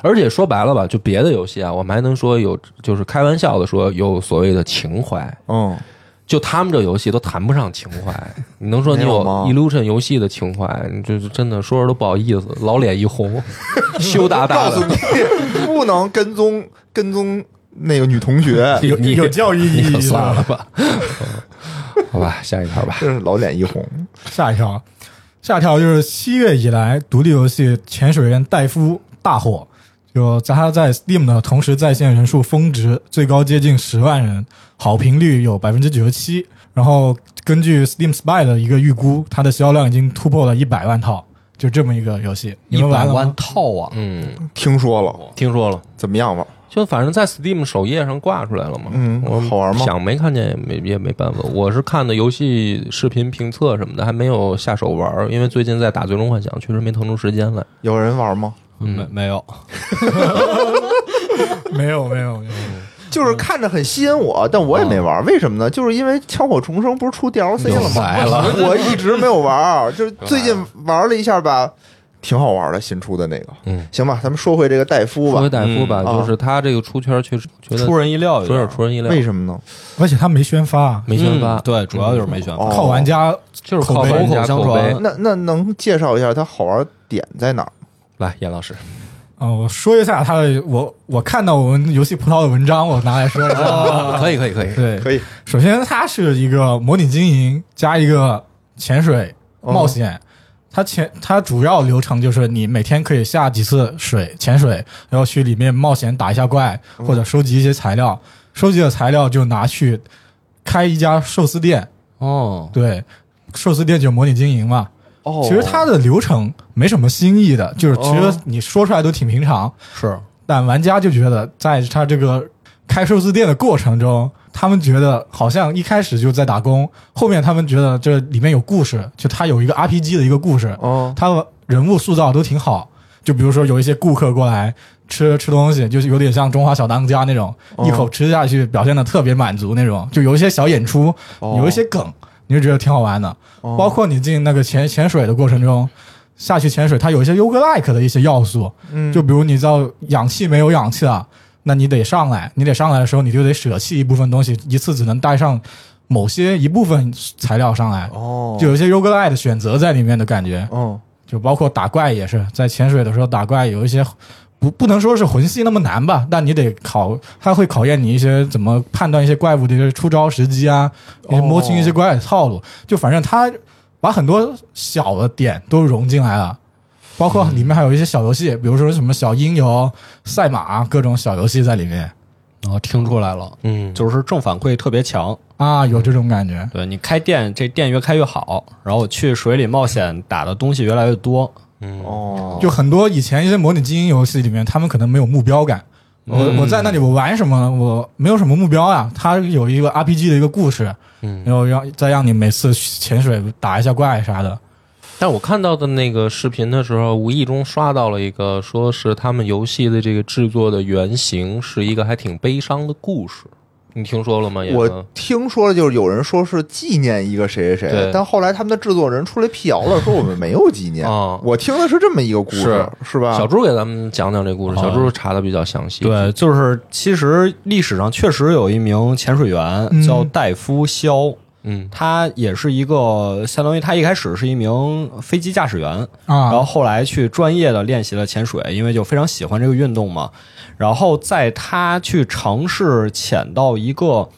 A: 而且说白了吧，就别的游戏啊，我们还能说有，就是开玩笑的说有所谓的情怀，
B: 嗯。
A: 就他们这游戏都谈不上情怀，你能说你有
B: 没有吗
A: Illusion 游戏的情怀，你就是真的说着都不好意思，老脸一红，羞答答
B: 告诉
A: 的。
B: 你， [LAUGHS] 不能跟踪跟踪那个女同学，
D: 有
A: 你
D: 有教育
A: 你
D: 意
A: 可
D: 义
A: 算了
D: 的。
A: 吧，好吧，下一条吧。
B: 真是老脸一红。
D: 下一条，下一条就是七月以来，独立游戏《潜水员戴夫》大火，就在它在 Steam 的同时在线人数峰值最高接近十万人，好评率有百分之九十七。然后根据 Steam Spy 的一个预估，它的销量已经突破了一百万套，就这么一个游戏，你
C: 一
D: 们玩
C: 百
D: 了
C: 万
D: 吗？
C: 套啊，
A: 嗯，
B: 听说了，
A: 听说了，
B: 怎么样吧？
A: 就反正在 Steam 首页上挂出来了嘛。
B: 嗯
A: 我
B: 好玩吗
A: 想没看见也没也没办法。我是看的游戏视频评测什么的，还没有下手玩儿，因为最近在打《最终幻想》，确实没腾出时间来。
B: 有人玩吗？
C: 嗯
A: 嗯
C: 没没有，
D: 没有，没有，没有。
A: 嗯
B: 就是看着很吸引我，但我也没玩，为什么呢？就是因为《枪火重生》不是出 DLC 了吗？
A: 来嗯了，
B: 我一直没有玩，就是最近玩了一下吧，挺好玩的，新出的那个。
A: 嗯，
B: 行吧，咱们说回这个戴夫
A: 说
B: 吧
A: 回。戴夫吧，
B: 嗯啊
A: 就是他这个出圈，确实觉得
C: 出人意料
A: 有
C: 有
A: 点
C: 点，
A: 出人意料，
B: 为什么呢？
D: 而且它没宣发，
A: 没宣发
C: 嗯。对，主要就是没宣发。
B: 哦
D: 靠玩家
A: 就是靠
D: 口碑
A: 玩家
C: 口口
A: 口
C: 相
A: 碑
C: 传。
B: 那那能介绍一下它好玩点在哪儿？
A: 来，严老师，
D: 啊、我说一下它的，我我看到我们游戏葡萄的文章，我拿来说一
A: 哦
D: 下。
C: [LAUGHS]
A: 可以，可以，可以。
D: 对，
B: 可以，
D: 首先它是一个模拟经营加一个潜水冒险。它潜它主要流程就是你每天可以下几次水潜水，然后去里面冒险打一下怪，或者收集一些材料。收集的材料就拿去开一家寿司店，
C: 哦，
D: 对，寿司店就模拟经营嘛。
B: 哦
D: 其实它的流程没什么新意的，就是其实你说出来都挺平常，
C: 是
D: 但玩家就觉得在他这个开寿司店的过程中，他们觉得好像一开始就在打工，后面他们觉得这里面有故事，就他有一个 RPG 的一个故事，
B: 哦
D: 他人物塑造都挺好，就比如说有一些顾客过来吃吃东西，就是有点像中华小当家那种，
B: 哦
D: 一口吃下去，表现的特别满足那种。就有一些小演出，
B: 哦
D: 有一些梗，你就觉得挺好玩的。包括你进那个潜潜水的过程中，下去潜水，它有一些 yoga like 的一些要素，
B: 嗯
D: 就比如你知道氧气没有氧气了，那你得上来，你得上来的时候，你就得舍弃一部分东西，一次只能带上某些一部分材料上来，
B: 哦，
D: 就有一些 yoga like 的选择在里面的感觉，
B: 嗯
D: 就包括打怪也是，在潜水的时候打怪有一些。不，不能说是魂系那么难吧，但你得考，它会考验你一些怎么判断一些怪物的一些出招时机啊，你摸清一些怪的套路。就反正它把很多小的点都融进来了，包括里面还有一些小游戏，比如说什么小音游、赛马啊各种小游戏在里面
C: 然后哦听出来了，
A: 嗯，
C: 就是正反馈特别强。
D: 啊，有这种感觉。
C: 对你开店，这店越开越好，然后我去水里冒险打的东西越来越多。
A: 嗯
B: 哦，
D: 就很多以前一些模拟经营游戏里面，他们可能没有目标感。我我在那里我玩什么，我没有什么目标啊。它有一个 RPG 的一个故事，
A: 嗯
D: 然后让再让你每次潜水打一下怪啥的。
A: 但我看到的那个视频的时候，无意中刷到了一个，说是他们游戏的这个制作的原型是一个还挺悲伤的故事，你听说了吗？也
B: 我听说了，就是有人说是纪念一个谁谁谁
A: 对，
B: 但后来他们的制作人出来辟谣了，说我们没有纪念。
A: 啊
B: 我听的是这么一个故事
A: 是，
B: 是吧？
A: 小猪给咱们讲讲这故事，
C: 哦
A: 小猪查的比较详细。，
C: 对，就是其实历史上确实有一名潜水员
D: 嗯
C: 叫戴夫肖，
A: 嗯
C: 他也是一个相当于他一开始是一名飞机驾驶员，然后
D: 啊，
C: 后来去专业的练习了潜水，因为就非常喜欢这个运动嘛。然后在他去尝试潜到一个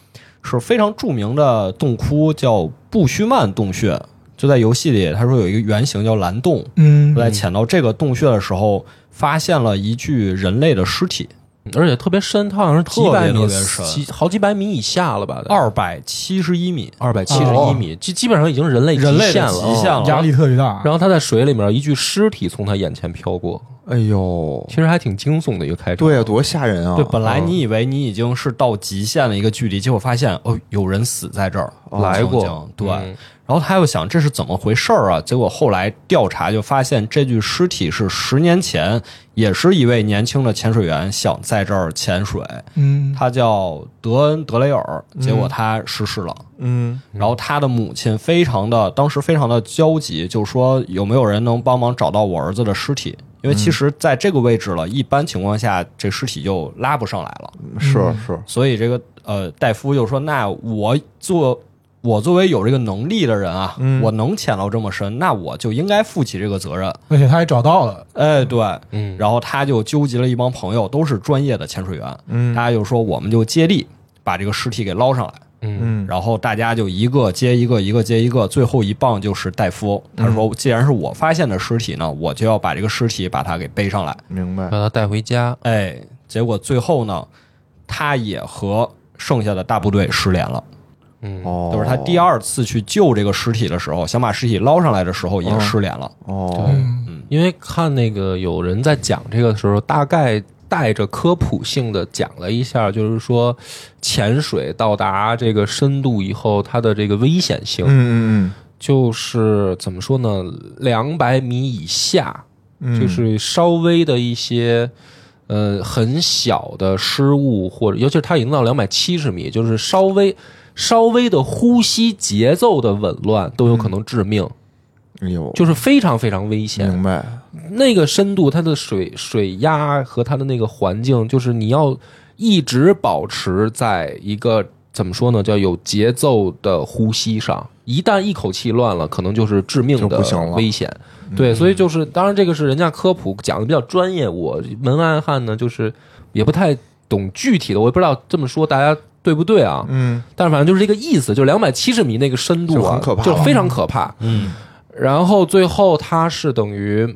C: 是非常著名的洞窟，叫布须曼洞穴，就在游戏里，他说有一个原型叫蓝洞。
D: 嗯
C: 在潜到这个洞穴的时候，发现了一具人类的尸体，
A: 而且特别深，它好像是几百
C: 特别特
A: 米，
C: 别深
A: 几好几百米以下了吧？得
C: 二百七十一米，
A: 二百七十
B: 哦
A: 一米，基基本上已经人类
C: 人
A: 极
C: 类的
A: 限了，
C: 极限
A: 哦
C: 了
D: 压力特别大。
A: 然后他在水里面，一具尸体从他眼前飘过，
B: 哎呦，
A: 其实还挺惊悚的一个开场。
B: 对啊，多吓人啊！
C: 对，本来你以为你已经是到极限的一个距离，结果发现哦，有人死在这儿，
A: 来
C: 曾经
A: 过，
C: 对。
A: 嗯
C: 然后他又想这是怎么回事儿啊？结果后来调查就发现，这具尸体是十年前也是一位年轻的潜水员想在这儿潜水，
D: 嗯，
C: 他叫德恩·德雷尔，结果他逝世了。
B: 嗯，
C: 然后他的母亲非常的，当时非常的焦急，就说有没有人能帮忙找到我儿子的尸体？因为其实在这个位置了，一般情况下这尸体就拉不上来了。
B: 是是，
C: 所以这个呃，戴夫就说：“那我做我作为有这个能力的人啊，我能潜到这么深，那我就应该负起这个责任。
D: 而且他也找到了”
C: 哎，对，
A: 嗯
C: 然后他就纠集了一帮朋友，都是专业的潜水员，嗯，大家就说我们就接力把这个尸体给捞上来，
A: 嗯
B: 嗯，
C: 然后大家就一个接一个，一个接一个，最后一棒就是戴夫。他说：“嗯既然是我发现的尸体呢，我就要把这个尸体把它给背上来。”
B: 明白
A: 把。他带回家。
C: 哎，结果最后呢，他也和剩下的大部队失联了。
A: 嗯，
B: 哦，
C: 就是他第二次去救这个尸体的时候，想把尸体捞上来的时候也失联了。
B: 哦，
A: 因为看那个有人在讲这个的时候，大概带着科普性的讲了一下，就是说潜水到达这个深度以后，它的这个危险性，
B: 嗯嗯
A: 就是怎么说呢，两百米以下，
B: 嗯，
A: 就是稍微的一些。呃，很小的失误，或者尤其是它已经到两百七十米，就是稍微稍微的呼吸节奏的紊乱都有可能致命，
B: 哎呦，
A: 就是非常非常危险。
B: 明白。
A: 那个深度，它的水水压和它的那个环境，就是你要一直保持在一个怎么说呢，叫有节奏的呼吸上。一旦一口气乱了，可能就是致命
B: 就
A: 的
B: 不行了嗯
A: 危险。对，所以就是，当然这个是人家科普讲的比较专业，我门外汉呢，就是也不太懂具体的，我也不知道这么说大家对不对啊？
B: 嗯，
A: 但是反正就是这个意思，就两百七十米那个深度
B: 就
A: 啊，
B: 很可怕
A: 就
B: 了
A: 非常可怕。
C: 嗯，
A: 然后最后他是等于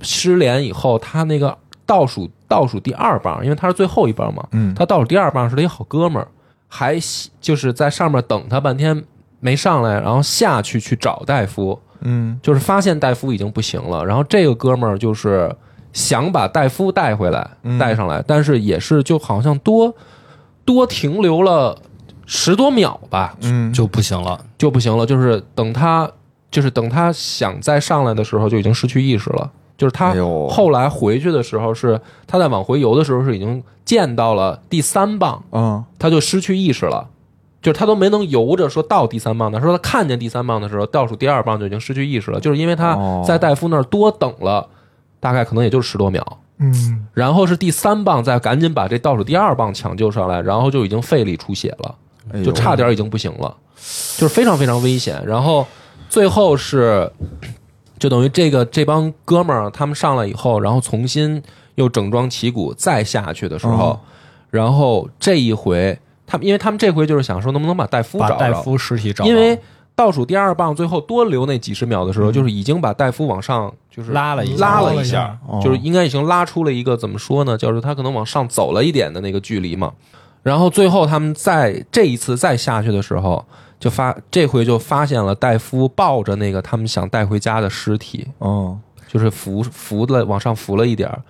A: 失联以后，他那个倒数倒数第二棒，因为他是最后一棒嘛，
B: 嗯
A: 他倒数第二棒是他一好哥们儿，还喜就是在上面等他半天没上来，然后下去去找戴夫，
B: 嗯，
A: 就是发现戴夫已经不行了，然后这个哥们儿就是想把戴夫带回来，
B: 嗯
A: 带上来，但是也是就好像多多停留了十多秒吧，
B: 嗯，
C: 就不行了。
A: 就不行了，就是等他就是等他想再上来的时候，就已经失去意识了。就是他
B: 哎呦
A: 后来回去的时候是他在往回游的时候是已经见到了第三棒，
B: 嗯，
A: 他就失去意识了，就是他都没能游着说到第三棒的，他说他看见第三棒的时候，倒数第二棒就已经失去意识了，就是因为他
B: 哦
A: 在戴夫那儿多等了大概可能也就是十多秒，
D: 嗯，
A: 然后是第三棒再赶紧把这倒数第二棒抢救上来，然后就已经肺里出血了。
B: 哎呦
A: 就差点已经不行了，就是非常非常危险。然后最后是，就等于这个这帮哥们儿他们上来以后，然后重新又整装旗鼓再下去的时
C: 嗯
A: 候，然后这一回他们，因为他们这回就是想说能不能把戴夫
C: 把
A: 找
C: 戴
A: 着，
C: 夫尸体找到，
A: 因为。倒数第二棒最后多留那几十秒的时候，就是已经把戴夫往上就是
C: 嗯拉了一下
A: 拉
D: 拉
A: 了
D: 了
A: 一
D: 一
A: 下
D: 下，
B: 哦
A: 就是应该已经拉出了一个怎么说呢，就是他可能往上走了一点的那个距离嘛。然后最后他们在这一次再下去的时候，就发这回就发现了戴夫抱着那个他们想带回家的尸体，
B: 嗯，
A: 就是浮浮了往上浮了一点儿。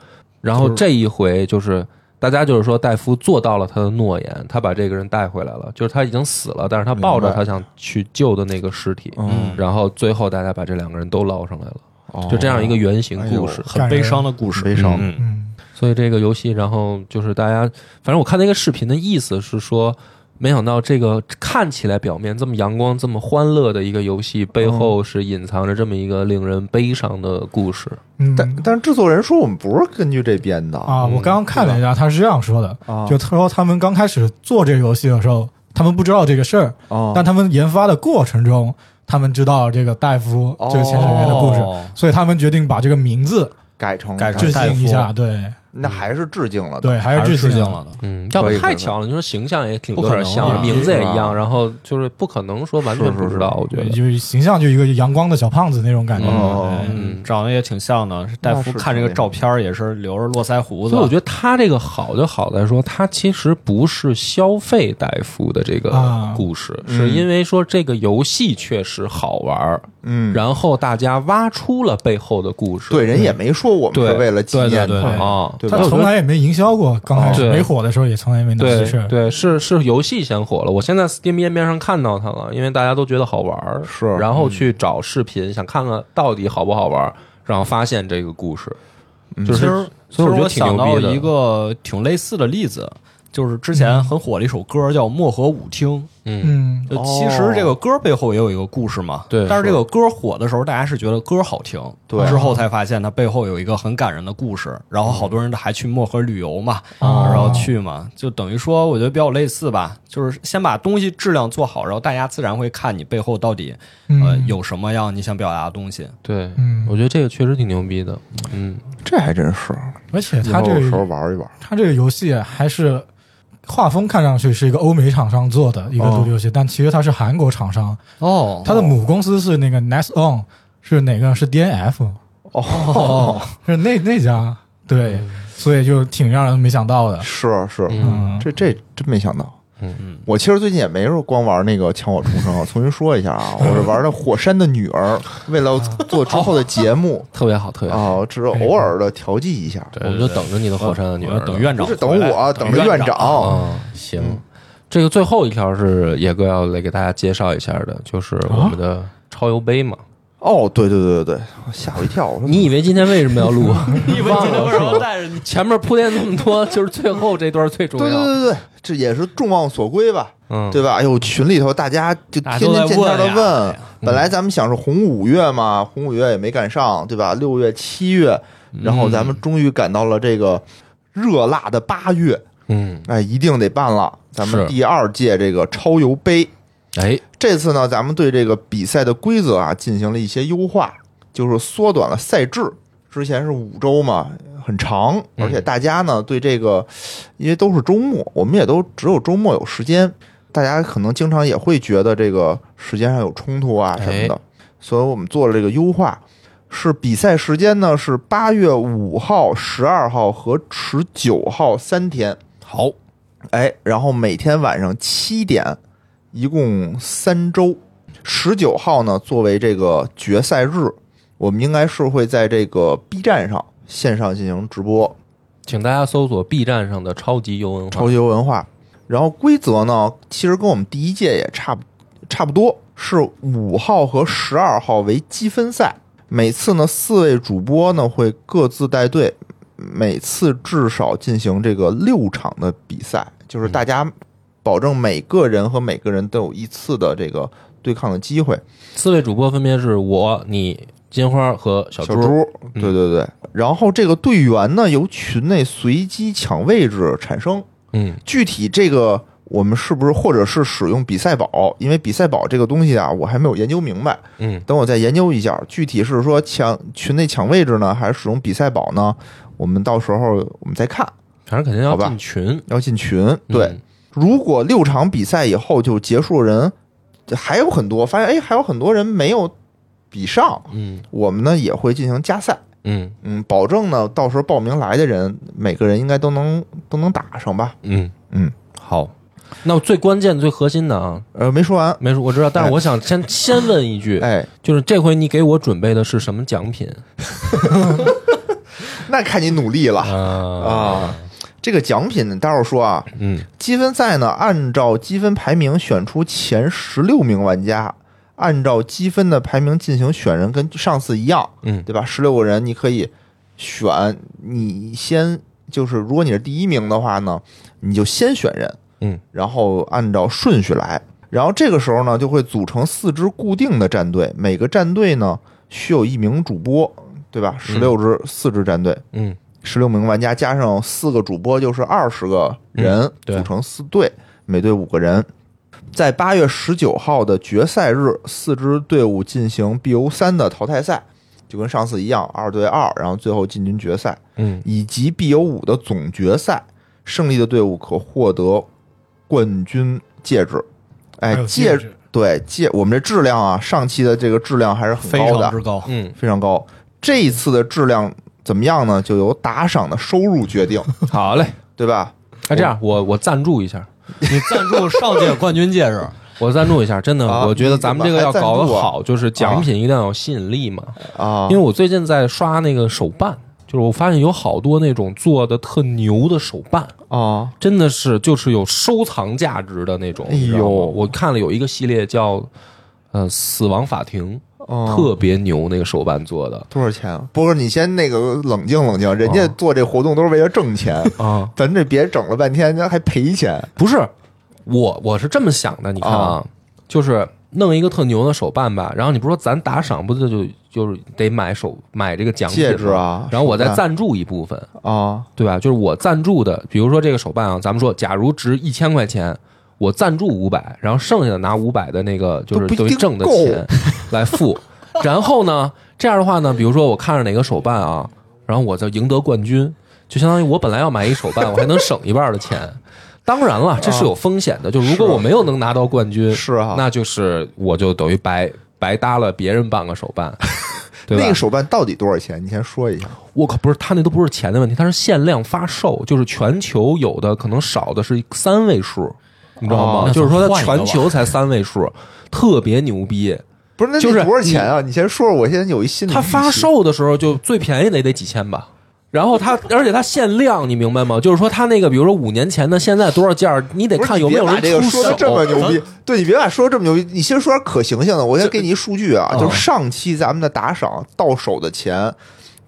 A: 然后这一回就是大家就是说戴夫做到了他的诺言，他把这个人带回来了，就是他已经死了，但是他抱着
B: 明白
A: 他想去救的那个尸体，
B: 嗯
A: 然后最后大家把这两个人都捞上来了，
B: 哦哎
A: 就这样一个原型故事。
C: 很悲伤的故事，
B: 悲伤
C: 嗯
D: 嗯，
A: 所以这个游戏，然后就是大家，反正我看那个视频的意思是说，没想到这个看起来表面这么阳光、这么欢乐的一个游戏，背后是隐藏着这么一个令人悲伤的故事。
D: 嗯
B: 但但是制作人说我们不是根据这编的
D: 啊，我刚刚看了一下，他是这样说的，
B: 啊
D: 就他说他们刚开始做这个游戏的时候，他们不知道这个事儿，
B: 啊
D: 但他们研发的过程中，他们知道这个戴夫这
C: 嗯
D: 个潜水员的故事，
C: 哦
D: 所以他们决定把这个名字
B: 改成
C: 改成
D: 致
C: 戴夫
D: 敬一下，对
B: 那嗯还是致敬了的，
D: 对，还
C: 还
D: 是
C: 是
D: 致
C: 致敬
D: 敬。
C: 了的。
A: 嗯，要不
B: 可以
A: 太
B: 可以
A: 巧了，你说形象也挺
C: 不
A: 有
C: 可能
A: 点像，
C: 啊
A: 名字也一
B: 是吧
A: 样，然后就是不可能说完全不知道，我觉
D: 对，
A: 得。
D: 就是形象就一个阳光的小胖子那种感觉，
B: 哦
A: 嗯
C: 长得也挺像的。戴夫看这个照片也是留着络腮胡子，
A: 所以我觉得他这个好就好在说，他其实不是消费戴夫的这个
D: 啊
A: 故事，是因为说这个游戏确实好玩儿，
B: 嗯，
A: 然后大家挖出了背后的故事。
B: 对，人也没说我们
A: 对
B: 是为了纪
C: 对
B: 念
C: 对对
B: 他
A: 啊，
B: 对吧
D: 他
A: 我觉
D: 从
A: 得
D: 来也没营销过，刚开始
A: 哦
D: 没火的时候也从来没拿这事
A: 对
D: 儿。
A: 对是是游戏先火了，我现在 Steam 页面上看到它了，因为大家都觉得好玩儿，
B: 是
A: 然后去找视频，想看看到底好不好玩儿，然后发现这个故事，就
B: 嗯
C: 其
A: 是
C: 实其
A: 所以我
C: 实
A: 觉得
C: 我
A: 挺
C: 想
A: 牛
C: 到
A: 逼的
C: 一个挺类似的例子，就是之前很火的一首歌叫《漠河舞厅》。
A: 嗯
D: 嗯，
C: 就
B: 哦
C: 其实这个歌背后也有一个故事嘛，
A: 对
C: 但是这个歌火的时候，大家是觉得歌好听，
B: 对
C: 之后才发现它背后有一个很感人的故事，然后好多人还去漠河旅游嘛，
D: 哦
C: 然后去嘛，就等于说，我觉得比较类似吧，就是先把东西质量做好，然后大家自然会看你背后到底呃
D: 嗯
C: 有什么样你想表达的东西。
A: 对，
D: 嗯
A: 我觉得这个确实挺牛逼的，嗯，
B: 这还真是，
D: 而且
B: 以
D: 他
B: 后
D: 这
B: 有时候
D: 个
B: 玩一玩，
D: 他这个游戏还是画风看上去是一个欧美厂商做的一个独立游戏，但其实它是韩国厂商，
C: 哦
D: 它的母公司是那个 Next On，是哪个？是 DNF，
C: 哦，
D: [LAUGHS] 是那那家。对，所以就挺让人没想到的。
B: 是是，
D: 嗯，
B: 这这真没想到。
A: 嗯
C: 嗯
B: 我其实最近也没说光玩那个《枪火重生》啊，重新说一下啊，我是玩的《火山的女儿》，为了做之后的节目
A: 特别好，特别好，
B: 啊，只是偶尔的调剂一下。
A: 我们就等着你的火山的女
C: 我
A: 儿
C: 要
A: 呢，
C: 等院
B: 不
C: 长
B: 是
C: 回来，
B: 等我，啊等着
C: 院
B: 院长。
A: 啊，行。这个最后一条是野哥要来给大家介绍一下的，就是我们的超游杯嘛。
B: 哦，对对对对对，吓我一跳！我说
A: 你以为今天为什么要录？啊
C: 你以为今天为什么带着你？
A: 前面铺垫那么多，就是最后这段最重
B: 对对
A: 要。
B: 对对，这也是众望所归吧，
A: 嗯，
B: 对吧？哎呦，群里头大家就天天见天的
C: 大家都在问
B: 问
C: 呀，嗯
B: 本来咱们想是红五月嘛，红五月也没赶上，对吧？六月、七月，
C: 嗯
B: 然后咱们终于赶到了这个热辣的八月，
A: 嗯，
B: 哎，一定得办了。咱
A: 是
B: 们第二届这个超游杯，
A: 哎，
B: 这次呢，咱们对这个比赛的规则啊进行了一些优化，就是缩短了赛制。之前是五周嘛，很长，
A: 嗯
B: 而且大家呢对这个，因为都是周末，我们也都只有周末有时间，大家可能经常也会觉得这个时间上有冲突啊什么的，所以我们做了这个优化，是比赛时间呢是八月五号、十二号和十九号三天，
C: 好，
B: 哎，然后每天晚上七点，一共三周。十九号呢，作为这个决赛日，我们应该是会在这个 B 站上线上进行直播，
A: 请大家搜索 B 站上的超级游文化
B: 超级游文化。然后规则呢，其实跟我们第一届也差不差不多，是五号和十二号为积分赛，每次呢，四位主播呢会各自带队，每次至少进行这个六场的比赛，就是大家保证每个人和每个人都有一次的这个对抗的机会。
A: 四位主播分别是我、你、金花和小
B: 小
A: 猪。嗯
B: 对对对。然后这个队员呢，由群内随机抢位置产生。
A: 嗯，
B: 具体这个我们是不是或者是使用比赛宝？因为比赛宝这个东西啊，我还没有研究明白。
A: 嗯，
B: 等我再研究一下，具体是说抢群内抢位置呢，还是使用比赛宝呢？我们到时候我们再看。
A: 反正肯定要
B: 好吧
A: 进群。
B: 要进群，对。
A: 嗯
B: 如果六场比赛以后就结束人，还有很多发现，哎，还有很多人没有比上，
A: 嗯
B: 我们呢也会进行加赛。
A: 嗯
B: 嗯，保证呢，到时候报名来的人，每个人应该都能都能打上吧。
A: 嗯
B: 嗯，
A: 好。那最关键、最核心的啊，
B: 呃，没说完，
A: 没说我知道，但是
B: 哎
A: 我想
B: [LAUGHS]
A: 先先问一句，
B: 哎，
A: 就是这回你给我准备的是什么奖品
B: 那看你努力了
A: 啊？
B: 啊。这个奖品呢，待会儿说啊。
A: 嗯
B: 积分赛呢，按照积分排名选出前十六名玩家，按照积分的排名进行选人，跟上次一样，
A: 嗯
B: 对吧？十六个人，你可以选，你先就是，如果你是第一名的话呢，你就先选人，
A: 嗯，
B: 然后按照顺序来，然后这个时候呢，就会组成四支固定的战队，每个战队呢需有一名主播，对吧？十六支，四支战队，
A: 嗯
B: 十六名玩家加上四个主播，就是二十个人
A: 对
B: 组成四队，每队五个人。在八月十九号的决赛日，四支队伍进行 BO 三的淘汰赛，就跟上次一样，二对二，然后最后进军决赛，
A: 嗯
B: 以及 BO 五的总决赛，胜利的队伍可获得冠军戒指。哎
D: 还，有
B: 戒
D: 戒
B: 指
D: 指
B: 对戒，我们这质量啊，上期的这个质量还是很
C: 非
B: 高的
C: 常，之高。
A: 嗯，
B: 非常高。这一次的质量怎么样呢？就由打赏的收入
A: [LAUGHS]
B: 决定，
A: 好嘞。
B: 对吧？
A: 那
B: 哦
A: 这样，我我赞助一下，
C: 你赞助上届冠军戒指， [LAUGHS]
A: 我赞助一下，真的，
B: 啊
A: 我觉得咱们这个要搞
B: 你怎
A: 得
B: 么还赞
A: 好，就是奖品一定要有吸引力嘛。
B: 啊
A: 因为，我最近在刷那个手办，就是我发现有好多那种做的特牛的手办，
B: 啊，
A: 真的是就是有收藏价值的那种。
B: 哎呦
A: 你知道吗我看了有一个系列叫呃《死亡法庭》，
B: 啊
A: 特别牛，那个手办做的
B: 多少钱啊？波哥，你先那个冷静冷静，人家
A: 哦
B: 做这活动都是为了挣钱，
A: 啊，
B: 咱这别整了半天，人家还赔钱。
A: 不是我我是这么想的，你看啊，就是弄一个特牛的手办吧，然后你不是说咱打赏不就就就是得买手买这个奖品吗
B: 戒指啊
A: 然后我再
B: 手办
A: 赞助一部分，
B: 啊
A: 对吧？就是我赞助的，比如说这个手办啊，咱们说，假如值一千块钱，我赞助五百，然后剩下的拿五百的那个就是
B: 都不一
A: 等于
B: 定
A: 挣的
B: 够
A: 钱来
B: [LAUGHS]
A: 付。然后呢，这样的话呢，比如说我看着哪个手办啊，然后我就赢得冠军，就相当于我本来要买一手办，我还能省一半的钱。当然了，这是有风险的，就如果
B: 啊是啊
A: 我没有能拿到冠军，
B: 是啊
A: 那就是我就等于白白搭了别人半个手
B: [LAUGHS]
A: 办，对吧？
B: 那个手办到底多少钱？你先说一下。
A: 我靠，不是他那都不是钱的问题，他是限量发售，就是全球有的可能少的是三位数，你知道
B: 哦
A: 吗？
C: 那
A: 就是说它
C: 换一个吧
A: 全球才三位数，特别牛逼。
B: 不是，那
A: 就是
B: 那多少钱啊？你先说说，我现在有一心理预
A: 它
B: 期。
A: 发售的时候就最便宜的也得几千吧。然后它，而且它限量，你明白吗？就是说它那个，比如说五年前的，现在多少件儿，你得
B: 不是
A: 哎看有没有
B: 你别把
A: 人
B: 这
A: 出
B: 个说的这么
A: 手。啊嗯
B: 牛逼，对你别把说的这么牛逼，你先说点可行性的。我先给你一数据
A: 嗯
B: 啊，就是上期咱们的打赏到手的钱，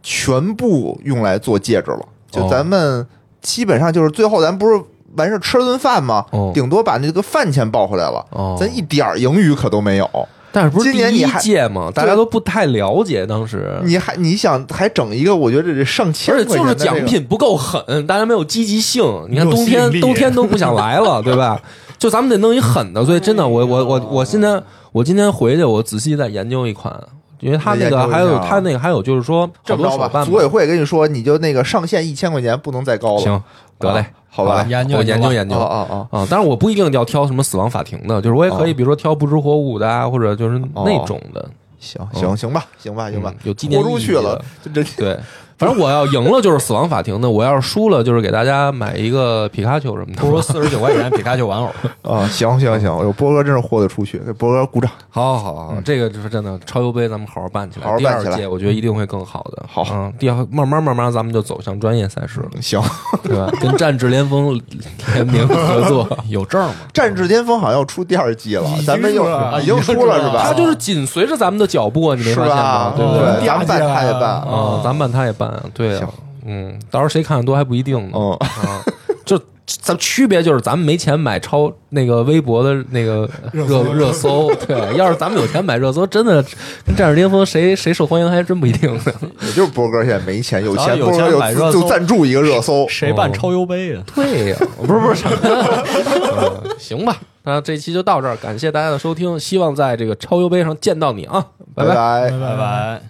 B: 全部用来做戒指了。就
A: 哦
B: 咱们基本上就是最后咱不是完事儿吃了顿饭吗
A: 哦？
B: 顶多把那个饭钱报回来了
A: 哦，
B: 咱一点儿盈余可都没有。
A: 但是不是
B: 今
A: 第
B: 年
A: 一
B: 你还
A: 届嘛，大家都不太了解当时，
B: 你还你想还整一个？我觉得这上千
A: 嗯而且
B: 块
A: 就
B: 钱
A: 是
B: 的这个，
A: 奖品不够狠，大家没有积极性。你看
D: 没有
A: 冬
D: 吸
A: 天
D: 引力
A: 冬天都不想来
B: [LAUGHS]
A: 了，对吧？就咱们得弄一狠的，所以真的，
B: 哎
A: 我我我我今天我今天回去，我仔细再研究一款，因为他那
B: 研
A: 个
B: 究一下
A: 还有
B: 啊
A: 他那个还有就是说
B: 这
A: 好
B: 么
A: 多
B: 着
A: 手办
B: 吧，
A: 嘛
B: 组委会跟你说，你就那个上限一千块钱，不能再高了。
A: 行，得嘞
B: 啊，好吧
A: 好嘞
C: 研究
A: 我研
C: 研
A: 究
C: 究
A: 研究
B: 哦哦哦。
A: 啊！当然我不一定要挑什么死亡法庭的，就是我也可以，比如说挑不知火舞的啊，或
B: 哦
A: 者就是那种的，
B: 行行行吧，行吧，行吧
A: 嗯，有纪念
B: 豁出
A: 意义
B: 去了
A: 的，
B: 这这
A: 对，反正我要赢了就是死亡法庭的，我要是输了就是给大家买一个皮卡丘什么的
C: 不。如四十九块钱皮卡丘玩偶。
B: 啊，行行行，有波哥真是豁得出去，给波哥鼓掌。
A: 好好好，这个就是真的，超优杯咱们好好办起来，
B: 嗯好好
A: 第
B: 办
A: 二
B: 起来
A: 届我觉得一定会更好的。
B: 好
A: 嗯，第二慢慢慢慢咱们就走向专业赛事了，
B: 行，
A: 对吧？跟战智联峰联名合作，
C: [LAUGHS] 有证吗？
B: [LAUGHS] 战至巅峰好像要出第二季了
D: 已，经
B: 咱们又啊
D: 出了
B: 已经出了是吧？
A: 它就是紧随着咱们的脚步啊，你没
B: 是
A: 发现吗
B: 吧？？嗯
A: 对不对？
D: 对
B: 咱们办
D: 第二
B: 他
D: 季
B: 也
D: 了
B: 办
A: 啊、
B: 啊，
A: 咱们办他也办，对
B: 行
A: 啊，嗯，到时候谁看的多还不一定呢。
B: 嗯，
A: 啊，就咱区别就是咱们没钱买超那个微博的那个
D: 热
A: 热
D: 搜
A: 热搜，
B: [LAUGHS]
A: 对，啊要是咱们有钱买热搜，真的跟战士巅峰谁谁受欢迎还真不一定呢。
B: 也就是波哥现在没钱，有
C: 然后
B: 钱
C: 有
B: 波哥
C: 钱
B: 有
C: 买
B: 自
C: 热搜
B: 就赞助一个热搜，
C: 谁办
A: 哦
C: 超优杯呀？
A: 对呀、 [LAUGHS] 不是不是什么、嗯行吧，那这期就到这儿，感谢大家的收听，希望在这个超优杯上见到你啊，拜拜。
B: 拜。
D: 拜
C: 拜拜。